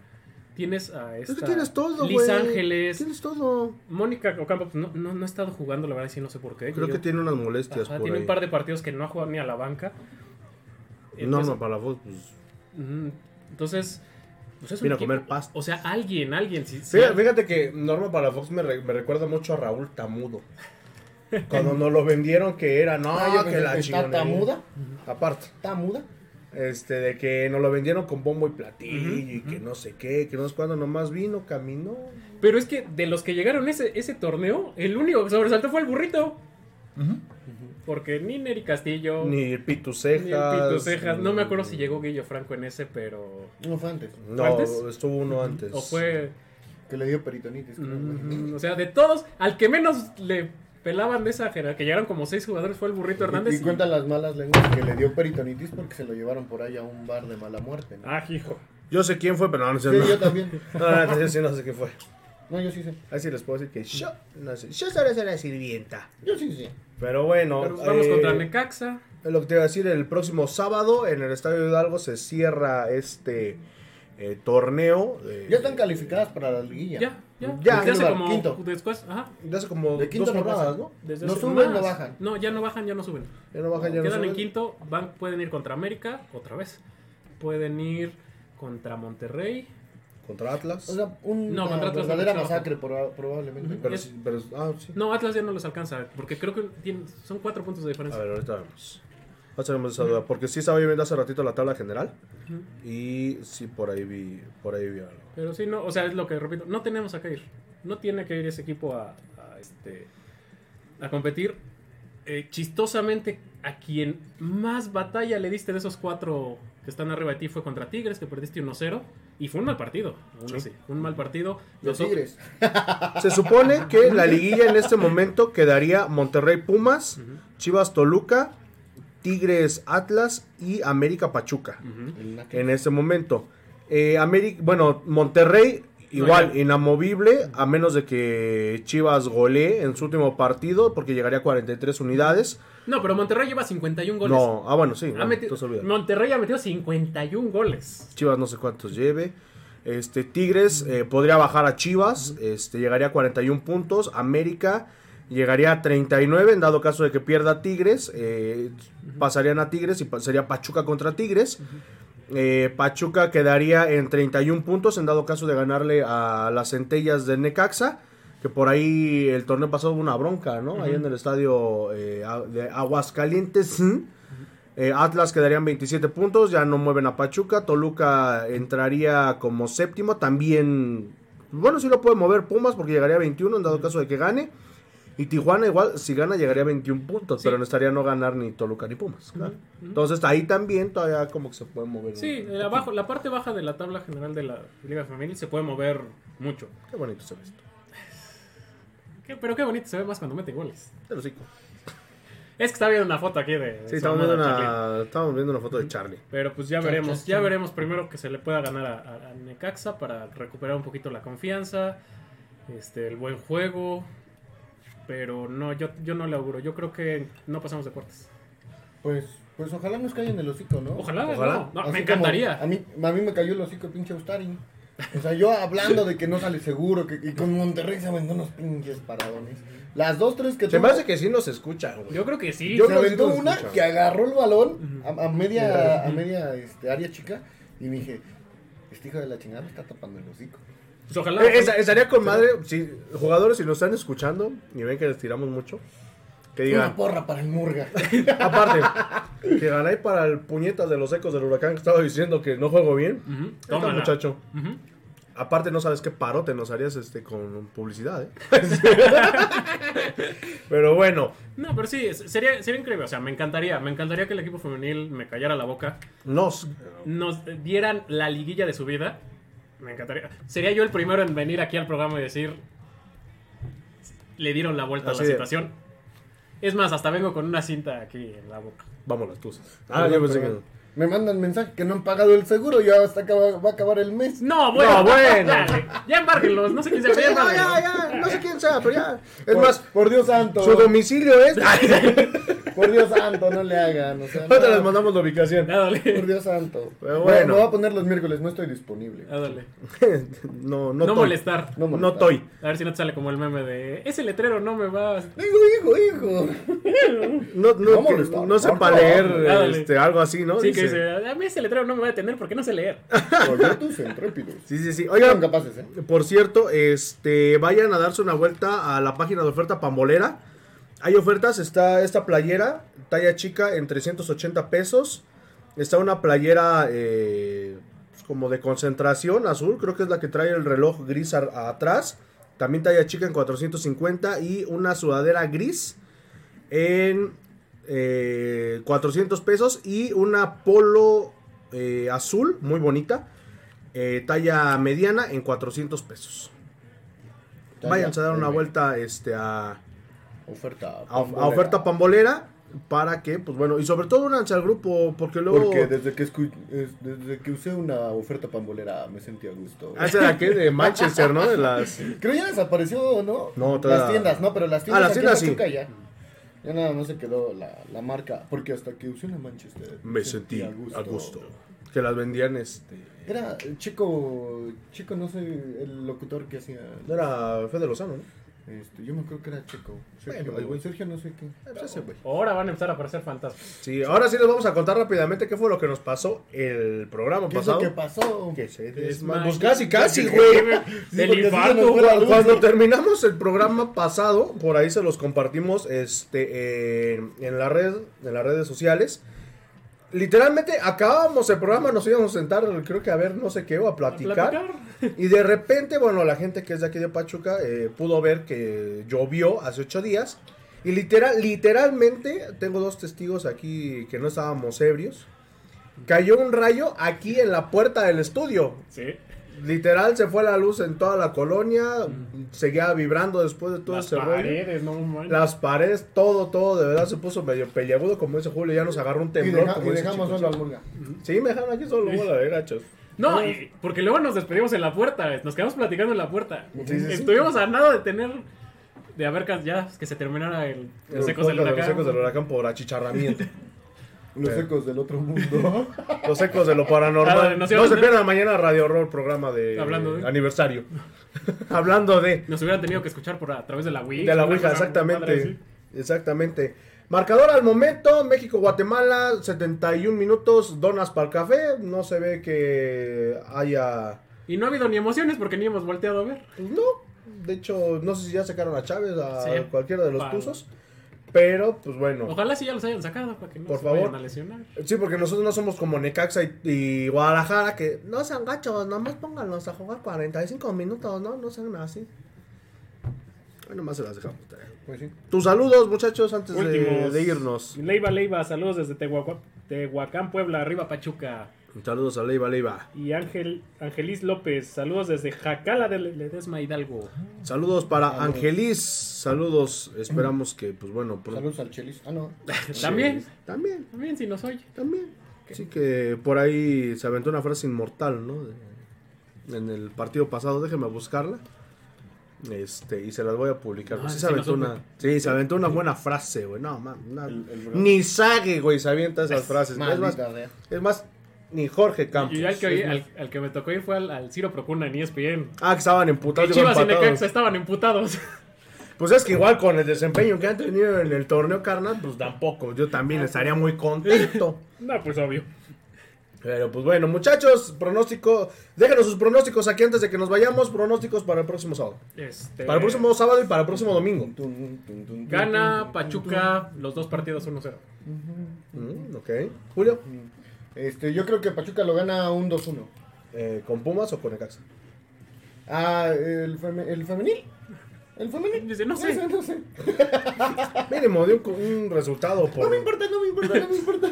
Speaker 2: Tienes a esta...
Speaker 1: Es que Pues tienes todo, güey.
Speaker 2: Liz Ángeles.
Speaker 1: Tienes todo.
Speaker 2: Mónica Ocampo pues, no, no, no ha estado jugando, la verdad, sí, no sé por qué.
Speaker 1: Creo
Speaker 2: Yo-
Speaker 1: que tiene unas molestias
Speaker 2: Ajá,
Speaker 1: por
Speaker 2: tiene
Speaker 1: ahí.
Speaker 2: un par de partidos que no ha jugado ni a la banca.
Speaker 1: No,
Speaker 2: Entonces-
Speaker 1: no, para la voz, pues...
Speaker 2: Ujú, Entonces, pues es un
Speaker 1: Vino a
Speaker 2: equipo-
Speaker 1: comer pasto.
Speaker 2: O sea, alguien, alguien. Sí, sí.
Speaker 1: Fíjate, fíjate que Norma Palafox me, re- me recuerda mucho a Raúl Tamudo. Cuando nos lo vendieron que era, no,
Speaker 3: Ah, yo
Speaker 1: que
Speaker 3: pensé
Speaker 1: la
Speaker 3: que está
Speaker 1: chingonería.
Speaker 3: tamuda.
Speaker 1: Aparte,
Speaker 3: ¿Está muda?
Speaker 1: este, de que nos lo vendieron con bombo y platillo y que no sé qué, que no sé cuándo, nomás vino, caminó.
Speaker 2: Pero es que de los que llegaron ese, ese torneo, el único que sobresaltó fue el burrito. Porque ni Neri Castillo, ni,
Speaker 1: Ni el Pitu
Speaker 2: el
Speaker 1: Cejas.
Speaker 2: Pito Cejas. No me acuerdo si llegó Guillo Franco en ese, pero.
Speaker 3: No fue antes,
Speaker 1: No,
Speaker 2: ¿Antes?
Speaker 1: estuvo uno antes.
Speaker 2: O fue.
Speaker 3: que le dio peritonitis. creo, güey.
Speaker 2: Mm, o sea, de todos, al que menos le pelaban de esa jerarquía, que llegaron como seis jugadores, fue el burrito
Speaker 3: Y,
Speaker 2: Hernández.
Speaker 3: y cuentan las malas lenguas que le dio peritonitis porque se lo llevaron por ahí a un bar de mala muerte. ¿no?
Speaker 2: Ah, hijo.
Speaker 1: Yo sé quién fue, pero no, no sé.
Speaker 3: sí,
Speaker 1: no.
Speaker 3: yo también.
Speaker 1: No, la neta, yo sí no sé qué fue.
Speaker 3: No, yo sí sé.
Speaker 1: Ahí sí les puedo decir que yo, no sé. Yo solo soy la sirvienta.
Speaker 3: Yo sí sé.
Speaker 1: Pero bueno.
Speaker 2: Pero vamos
Speaker 1: eh,
Speaker 2: contra Necaxa.
Speaker 1: Lo que te iba a decir, el próximo sábado en el Estadio Hidalgo se cierra este eh, torneo. eh,
Speaker 3: Ya están calificadas para la liguilla.
Speaker 2: Ya, ya.
Speaker 1: Ya,
Speaker 2: Desde hace
Speaker 3: lugar
Speaker 2: como
Speaker 3: quinto.
Speaker 2: después, ajá.
Speaker 1: De hace como
Speaker 3: De quinto
Speaker 1: dos
Speaker 3: no
Speaker 1: jornadas,
Speaker 3: pasan.
Speaker 1: ¿no?
Speaker 2: Desde
Speaker 3: No
Speaker 2: hace-
Speaker 3: suben, no
Speaker 2: más.
Speaker 3: bajan.
Speaker 2: No, ya no bajan, ya no suben.
Speaker 1: Ya no bajan, ya no
Speaker 2: Quedan en
Speaker 1: suben.
Speaker 2: quinto, van, pueden ir contra América otra vez. Pueden ir contra Monterrey.
Speaker 1: Contra Atlas.
Speaker 3: O sea, un-
Speaker 2: No,
Speaker 3: una
Speaker 2: contra Atlas no
Speaker 3: verdadera
Speaker 2: creo.
Speaker 3: masacre proba- probablemente.
Speaker 1: pero,
Speaker 2: es-
Speaker 1: sí, pero- ah, sí.
Speaker 2: No, Atlas ya no los alcanza, porque creo que tienen- son cuatro puntos de
Speaker 1: A
Speaker 2: diferencia.
Speaker 1: ver, ahorita vemos. Ahorita tenemos esa duda. Porque sí estaba yo viendo hace ratito la tabla general. Y sí, por ahí vi, por ahí vi algo.
Speaker 2: Pero sí, no, o sea, es lo que repito, no tenemos a que ir. No tiene que ir ese equipo a, a, este, a competir. Eh, chistosamente, a quien más batalla le diste de esos cuatro que están arriba de ti fue contra Tigres, que perdiste 1-0. Y fue un mal partido, aún así, fue un mal partido.
Speaker 3: Los
Speaker 2: o-
Speaker 3: Tigres.
Speaker 1: Se supone que la liguilla en este momento quedaría Monterrey Pumas, Chivas Toluca, Tigres Atlas y América Pachuca.
Speaker 2: Ujú.
Speaker 3: El Nacho.
Speaker 1: en este momento. Eh, Ameri- bueno, Monterrey igual,
Speaker 2: No, ya.
Speaker 1: inamovible, a menos de que Chivas golee en su último partido, porque llegaría a 43 unidades.
Speaker 2: No, pero Monterrey lleva 51 goles.
Speaker 1: No, ah, bueno, sí,
Speaker 2: Ha
Speaker 1: bueno,
Speaker 2: meti-
Speaker 1: entonces olvídalo.
Speaker 2: Monterrey ha metido 51 goles.
Speaker 1: Chivas no sé cuántos lleve. Este, Tigres eh, podría bajar a Chivas, este, llegaría a 41 puntos. América Llegaría a 39 en dado caso de que pierda Tigres. eh, Pasarían a Tigres y pa- sería Pachuca contra Tigres. Eh, Pachuca quedaría en 31 puntos en dado caso de ganarle a las centellas del Necaxa. Que por ahí el torneo pasado hubo una bronca, ¿no? Ahí en el estadio eh, a- de Aguascalientes. ¿m? Eh, Atlas quedarían 27 puntos, ya no mueven a Pachuca. Toluca entraría como séptimo. También, pues bueno, sí lo puede mover Pumas porque llegaría a 21 en dado caso de que gane. Y Tijuana igual, si gana, llegaría a 21 puntos,
Speaker 2: Sí.
Speaker 1: pero no estaría no ganar ni Toluca ni Pumas. claro. Entonces ahí también todavía como que se puede mover.
Speaker 2: Sí,
Speaker 1: un-
Speaker 2: eh, abajo, la parte baja de la tabla general de la Liga Femenil se puede mover mucho.
Speaker 1: Qué bonito se ve esto.
Speaker 2: Qué- pero qué bonito se ve más cuando meten goles.
Speaker 1: Te lo sigo.
Speaker 2: Es que está viendo una foto aquí de.
Speaker 1: Sí,
Speaker 2: su
Speaker 1: estamos
Speaker 2: amada
Speaker 1: viendo,
Speaker 2: Charlie.
Speaker 1: una, estamos viendo una foto de Charlie.
Speaker 2: Pero pues ya
Speaker 3: Cha,
Speaker 2: veremos,
Speaker 3: cha,
Speaker 2: ya
Speaker 3: cha.
Speaker 2: veremos primero que se le pueda ganar a, a- a Necaxa para recuperar un poquito la confianza, este, el buen juego. Pero no, yo, yo no le auguro. Yo creo que no pasamos de cuartos.
Speaker 3: Pues, pues ojalá nos caiga en el hocico, ¿no?
Speaker 2: Ojalá,
Speaker 1: Ojalá.
Speaker 2: no, no,
Speaker 3: Así
Speaker 2: me
Speaker 3: como
Speaker 2: encantaría.
Speaker 3: A mí, a mí me cayó el hocico el pinche Ustari. O sea, yo hablando de que no sale seguro, que, y con Monterrey se aventó unos pinches paradones. Las dos, tres que
Speaker 1: Se me
Speaker 3: tuvo,
Speaker 1: hace que sí nos escuchan, güey.
Speaker 2: Yo creo que sí.
Speaker 1: Yo
Speaker 3: se
Speaker 1: creo que
Speaker 3: aventó
Speaker 1: sí nos
Speaker 3: una
Speaker 1: escucha.
Speaker 3: que agarró el balón a, a media, a media este, área chica y me dije, este hijo de la chingada me está tapando el hocico.
Speaker 2: Pues ojalá.
Speaker 1: Eh, esa- estaría con madre, si jugadores, si nos están escuchando y ven que les tiramos mucho, que digan,
Speaker 3: Una porra para el Murga.
Speaker 1: aparte, que ganáis para el puñetas de los ecos del huracán que estaba diciendo que no juego bien.
Speaker 2: Ujú,
Speaker 1: Ahí está,
Speaker 2: tómala.
Speaker 1: este muchacho.
Speaker 2: Ujú.
Speaker 1: Aparte, no sabes qué parote nos harías este con publicidad, ¿eh? Pero bueno,
Speaker 2: No, pero sí, es- sería, sería increíble. O sea, me encantaría. Me encantaría que el equipo femenil me callara la boca.
Speaker 1: nos.
Speaker 2: Nos dieran la liguilla de su vida. Me encantaría. Sería yo el primero en venir aquí al programa y decir. Le dieron la vuelta
Speaker 1: Así
Speaker 2: a la
Speaker 1: de-
Speaker 2: situación. Es más, hasta vengo con una cinta aquí en la boca.
Speaker 1: Vámonos, tú. Ah, yo pensé que.
Speaker 3: Me mandan mensaje que no han pagado el seguro, ya hasta acaba, va a acabar el mes.
Speaker 2: No, bueno.
Speaker 1: No, bueno.
Speaker 2: dale. Ya embárguenlos. No sé quién sea, pero
Speaker 1: Sí,
Speaker 2: ya
Speaker 1: no,
Speaker 2: embárguenlos.
Speaker 1: ya, ya, no sé quién sea, pero ya. Es
Speaker 3: Por-
Speaker 1: más,
Speaker 3: por Dios santo.
Speaker 1: su domicilio es.
Speaker 3: Por Dios santo, no le hagan. O sea,
Speaker 1: Ahorita
Speaker 3: no.
Speaker 1: les mandamos la ubicación.
Speaker 2: Ya, dale.
Speaker 3: Por Dios santo.
Speaker 1: Pero
Speaker 3: No,
Speaker 1: bueno.
Speaker 3: Me voy a poner los miércoles, no estoy disponible.
Speaker 2: Ya, dale.
Speaker 1: no, no,
Speaker 2: No
Speaker 1: toy.
Speaker 2: molestar.
Speaker 3: No
Speaker 1: No
Speaker 3: molestar.
Speaker 1: estoy.
Speaker 2: A ver si no te sale como el meme de. Ese letrero no me va. a-".
Speaker 3: Hijo, hijo, hijo.
Speaker 1: No, no,
Speaker 3: No
Speaker 1: que-
Speaker 3: molestar,
Speaker 1: no sepa
Speaker 3: por
Speaker 1: leer
Speaker 3: favor.
Speaker 2: Ándale.
Speaker 1: este, algo así, ¿no?
Speaker 2: Sí, que
Speaker 1: Dice.
Speaker 2: dice. A mí ese letrero no me va a detener porque no sé leer.
Speaker 3: Proyectos intrépidos.
Speaker 1: Sí, sí, sí.
Speaker 3: Son
Speaker 1: Oigan,
Speaker 3: capaces, ¿eh?
Speaker 1: por cierto, este, vayan a darse una vuelta a la página de oferta pambolera. Hay ofertas, está esta playera, talla chica, en 380 pesos. Está una playera eh, pues, como de concentración azul, creo que es la que trae el reloj gris ar- atrás. También talla chica en 450 y una sudadera gris en eh, 400 pesos y una polo eh, azul muy bonita, eh, talla mediana en 400 pesos.
Speaker 3: Ya,
Speaker 1: Váyanse a
Speaker 3: ya,
Speaker 1: dar una
Speaker 3: dime.
Speaker 1: vuelta este, a,
Speaker 3: Oferta.
Speaker 1: a- a oferta pambolera para que, pues bueno, y sobre todo únanse al grupo porque luego...
Speaker 3: Porque desde que, escu- es- desde que usé una oferta pambolera me sentí a gusto.
Speaker 1: Ah, esa de aquí, de Manchester, ¿no? De las...
Speaker 3: Creo ya desapareció, ¿no?
Speaker 1: No,
Speaker 3: Las
Speaker 1: todavía-
Speaker 3: tiendas, no, pero las
Speaker 1: Ah,
Speaker 3: tiendas.
Speaker 1: las
Speaker 3: aquí en
Speaker 1: tiendas sí.
Speaker 3: Pachuca ya. Ya nada, no se quedó la, la marca. Porque hasta que usé una Manchester.
Speaker 1: Me sentí a gusto. Que las vendían este...
Speaker 3: Era el chico, chico, no sé, el locutor que hacía.
Speaker 1: No era Fede Lozano, ¿no?
Speaker 3: Este, yo me acuerdo que era chico. Sergio,
Speaker 1: Bueno, el güey.
Speaker 3: Sergio no sé qué.
Speaker 1: Pues ese güey.
Speaker 2: Ahora van a empezar a aparecer fantasmas.
Speaker 1: Sí, ahora sí les vamos a contar rápidamente qué fue lo que nos pasó el programa
Speaker 3: ¿Qué es lo
Speaker 1: pasado.
Speaker 3: que pasó?
Speaker 1: Que se
Speaker 2: desmayó.
Speaker 1: desmayó. Pues casi, casi, güey.
Speaker 2: Del
Speaker 3: porque así se
Speaker 2: infarto.
Speaker 3: nos fue la
Speaker 1: Cuando,
Speaker 3: luz.
Speaker 1: cuando terminamos el programa pasado, por ahí se los compartimos este, en, en la red, en las redes sociales. Literalmente acabábamos el programa, nos íbamos a sentar, creo que a ver no sé qué, o a platicar. Y de repente, bueno, la gente que es de aquí de Pachuca eh, pudo ver que llovió hace ocho días. Y literal, literalmente, tengo dos testigos aquí que no estábamos ebrios. Cayó un rayo aquí en la puerta del estudio.
Speaker 2: Sí.
Speaker 1: Literal, se fue la luz en toda la colonia. Seguía vibrando después de todo
Speaker 2: Mm. Las
Speaker 1: ese rollo.
Speaker 2: paredes, no manches.
Speaker 1: Las paredes, todo, todo, de verdad se puso medio peleagudo, como dice Julio, ya nos agarró un
Speaker 3: Y,
Speaker 1: temblor.
Speaker 3: deja-
Speaker 1: como
Speaker 3: y
Speaker 1: dice
Speaker 3: dejamos
Speaker 1: Chico.
Speaker 3: solo al Murga.
Speaker 1: Sí, me dejaron aquí solo, bola de gachos.
Speaker 2: No, y- porque luego nos despedimos en la puerta. Nos quedamos platicando en la puerta.
Speaker 1: Sí, sí, sí.
Speaker 2: Estuvimos a nada de tener. De haber ca- ya que se terminara el, los ecos del
Speaker 1: Los
Speaker 2: huracán.
Speaker 1: ecos del huracán por achicharramiento.
Speaker 3: Los ecos del otro mundo.
Speaker 1: Los ecos de lo paranormal.
Speaker 2: Ah,
Speaker 1: no
Speaker 2: nos
Speaker 1: se
Speaker 2: íbamos a-
Speaker 1: pierdan mañana Radio Horror, programa de,
Speaker 2: Hablando de-
Speaker 1: aniversario. Hablando de,
Speaker 2: Nos hubieran tenido que escuchar por a través de la Wii.
Speaker 1: de la Ouija, exactamente. Exactamente. Marcador al momento, México-Guatemala, 71 minutos, donas para el café. No se ve que haya...
Speaker 2: Y no ha habido ni emociones porque ni hemos volteado a ver.
Speaker 1: Pues no, de hecho, no sé si ya sacaron a Chávez, a
Speaker 2: Sí.
Speaker 1: cualquiera de los
Speaker 2: Pa-
Speaker 1: tuzos. Pero, pues bueno.
Speaker 2: Ojalá sí ya los hayan sacado para que no
Speaker 1: Por
Speaker 2: se
Speaker 1: favor.
Speaker 2: vayan a lesionar.
Speaker 1: Sí, porque nosotros no somos como Necaxa y, y Guadalajara, que no sean gachos, nomás pónganlos a jugar 45 minutos, ¿no? No sean así. Ahí nomás se las dejamos. tarea.
Speaker 3: Pues sí.
Speaker 1: Tus saludos, muchachos, antes de,
Speaker 4: Últimos.
Speaker 1: de irnos.
Speaker 4: Leiva, Leiva, saludos desde Tehuacua- Tehuacán, Puebla, arriba Pachuca.
Speaker 1: Saludos a Leiva Leiva.
Speaker 4: Y Ángel, Angelis López, saludos desde Jacala de Ledesma Hidalgo.
Speaker 1: Saludos para Angelis. Saludos, esperamos que, pues bueno, por-
Speaker 3: Saludos al Chelis. Ah, no.
Speaker 2: También,
Speaker 1: también,
Speaker 2: también si nos oye.
Speaker 1: también. Así que por ahí se aventó una frase inmortal, ¿no? De- en el partido pasado, déjeme buscarla. Este, y se las voy a publicar.
Speaker 2: No,
Speaker 1: Pues sí,
Speaker 2: sí
Speaker 1: se aventó
Speaker 2: nos
Speaker 1: una, sí, se aventó una buena frase, güey. No, man, no.
Speaker 3: El- el-
Speaker 1: ni Sague, güey, se avienta esas frases. Es más,
Speaker 3: Maldita sea.
Speaker 1: es más, ni Jorge Campos.
Speaker 2: Y al que,
Speaker 1: Es
Speaker 2: oí-
Speaker 1: más-
Speaker 2: al, al que me tocó ir fue al, al Ciro Procuna en E ESPN.
Speaker 1: Ah, que estaban
Speaker 2: Que
Speaker 1: emputados. yo
Speaker 2: Chivas y
Speaker 1: empatados.
Speaker 2: Necaxa estaban emputados.
Speaker 1: Pues es que igual con el desempeño que han tenido en el torneo carnal, pues tampoco. Yo también estaría muy contento.
Speaker 4: No, pues obvio.
Speaker 1: Pero pues bueno, muchachos, pronóstico. Déjenos sus pronósticos aquí antes de que nos vayamos. Pronósticos para el próximo sábado.
Speaker 2: Este,
Speaker 1: Para el próximo sábado y para el próximo domingo.
Speaker 3: Tum, tum, tum,
Speaker 2: Gana
Speaker 3: tum,
Speaker 2: Pachuca los dos partidos 1-0.
Speaker 1: Mm, ok. Julio,
Speaker 3: tum. Este, yo creo que Pachuca lo gana un 2-1.
Speaker 1: eh, ¿con Pumas o con Necaxa?
Speaker 3: Ah, el, feme- el femenil. El femenil.
Speaker 2: Dice, no sé.
Speaker 3: No sé.
Speaker 1: Mínimo de un, un resultado
Speaker 3: No
Speaker 1: por
Speaker 3: me importa, no me importa, no me importa.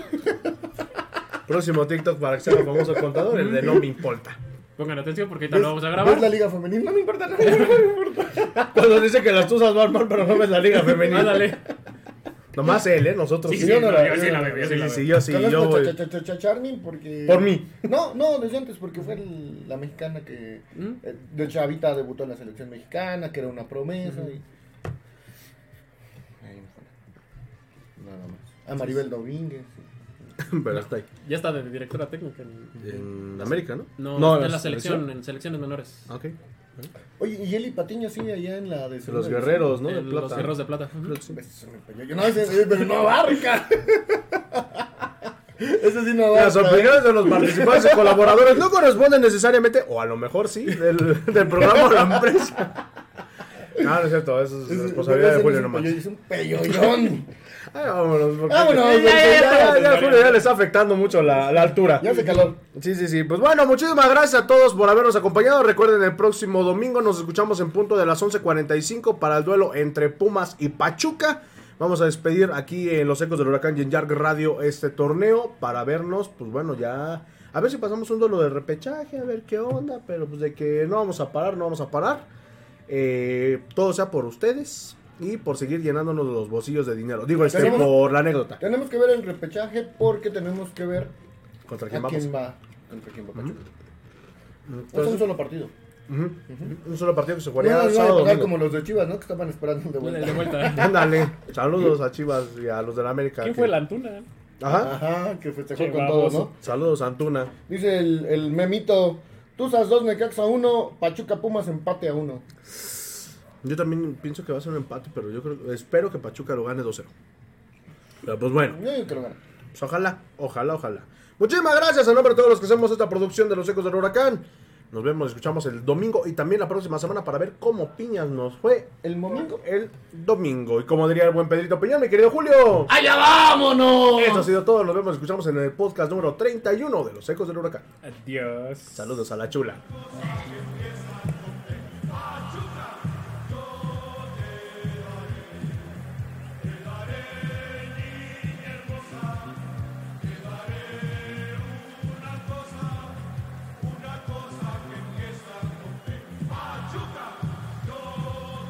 Speaker 1: próximo TikTok para que sea el famoso contador, el de no me importa.
Speaker 2: Pongan atención porque ahorita lo vamos a grabar.
Speaker 3: ¿Ves la liga femenil? No me importa, no me importa, no me importa.
Speaker 1: Cuando dice que las tuzas van mal, pero no ves la liga femenina.
Speaker 2: Ándale.
Speaker 1: Nomás él, ¿eh? Nosotros.
Speaker 2: Ah, Sí,
Speaker 3: sí,
Speaker 2: sí,
Speaker 3: yo
Speaker 2: yo
Speaker 3: no la-
Speaker 2: sí
Speaker 3: yo
Speaker 2: la
Speaker 3: no la-
Speaker 2: veo, yo sí
Speaker 1: Sí,
Speaker 2: la
Speaker 1: sí,
Speaker 2: veo.
Speaker 1: yo sí,
Speaker 3: Conozco
Speaker 1: yo
Speaker 3: a
Speaker 1: voy.
Speaker 3: Cha- Cha- Cha- Cha- Charmin porque...
Speaker 1: Por mí.
Speaker 3: No, no, desde antes, porque fue el- la mexicana que...
Speaker 2: ¿Mm?
Speaker 3: eh, De Chavita debutó en la selección mexicana, que era una promesa y... Ahí no fue. Nada más. A Maribel Domínguez. sí.
Speaker 1: Pero está ahí.
Speaker 2: Ya está de directora técnica. en-
Speaker 1: En América, ¿no?
Speaker 2: No, está en la selección, en selecciones menores.
Speaker 1: Ah, Ok.
Speaker 3: Oye, y Eli Patiño sigue allá en la de... Pues,
Speaker 1: Los guerreros, ¿no? De
Speaker 2: En Los
Speaker 1: plata.
Speaker 2: cerros de plata.
Speaker 3: Yo no, ese, ese- pero no abarca. ese sí no abarca.
Speaker 1: Las opiniones de los participantes y colaboradores no corresponden necesariamente, o a lo mejor sí, del, del programa o la empresa. Ah, No, no es cierto, eso es
Speaker 3: Es-
Speaker 1: pues, responsabilidad de
Speaker 3: es-
Speaker 1: Julio
Speaker 3: es un
Speaker 1: nomás.
Speaker 3: pello- Es un pellollón.
Speaker 1: Ay, vámonos, porque
Speaker 3: Vámonos,
Speaker 1: ya,
Speaker 3: ya,
Speaker 1: ya,
Speaker 3: ya,
Speaker 1: ya,
Speaker 3: ya,
Speaker 1: ya, ya, Julio ya le está afectando mucho la, la altura.
Speaker 3: ya hace calor.
Speaker 1: Sí, sí, sí. Pues bueno, muchísimas gracias a todos por habernos acompañado. Recuerden, el próximo domingo nos escuchamos en punto de las 11.45 para el duelo entre Pumas y Pachuca. Vamos a despedir aquí en los ecos del huracán y en Yarg Radio este torneo para vernos, pues bueno, ya... A ver si pasamos un duelo de repechaje, a ver qué onda, pero pues de que no vamos a parar, no vamos a parar. Eh, todo sea por ustedes y por seguir llenándonos los bolsillos de dinero. Digo, este,
Speaker 3: Tenemos-
Speaker 1: por la anécdota.
Speaker 3: Tenemos que ver el repechaje porque tenemos que ver
Speaker 1: Contra quién
Speaker 3: a
Speaker 1: vamos.
Speaker 3: quién va. Contra quién va Pachuca. Es
Speaker 1: Entonces,
Speaker 3: un solo partido.
Speaker 1: ujú, ujú, un solo partido que se
Speaker 3: No,
Speaker 1: jugaría
Speaker 3: no, no,
Speaker 1: sábado,
Speaker 3: no,
Speaker 1: domingo.
Speaker 3: como los de Chivas, ¿no? Que estaban esperando de
Speaker 2: El
Speaker 3: vuelta.
Speaker 2: de vuelta.
Speaker 1: Ándale, saludos a Chivas y a los del América.
Speaker 4: ¿Quién
Speaker 1: que-
Speaker 4: fue la Antuna?
Speaker 1: Ajá.
Speaker 3: Ajá, que festejó
Speaker 4: Qué
Speaker 3: con todo,
Speaker 4: baboso.
Speaker 3: ¿no?
Speaker 1: Saludos Antuna.
Speaker 3: Dice el, el memito. Tuzas 2, Necaxa 1, Pachuca Pumas empate a 1.
Speaker 1: Yo también pienso que va a ser un empate, pero yo creo, espero que Pachuca lo gane 2-0. Pero pues bueno,
Speaker 3: Yo digo que lo gana.
Speaker 1: pues ojalá, ojalá, ojalá. Muchísimas gracias a nombre de todos los que hacemos esta producción de Los Ecos del Huracán. Nos vemos, escuchamos el domingo y también la próxima semana para ver cómo piñas nos fue
Speaker 3: El momento.
Speaker 1: el domingo. Y como diría el buen Pedrito Piñón, mi querido Julio.
Speaker 2: ¡Allá vámonos!
Speaker 1: Eso ha sido todo, nos vemos, escuchamos en el podcast número 31 de Los Ecos del Huracán.
Speaker 4: Adiós.
Speaker 1: Saludos a la chula.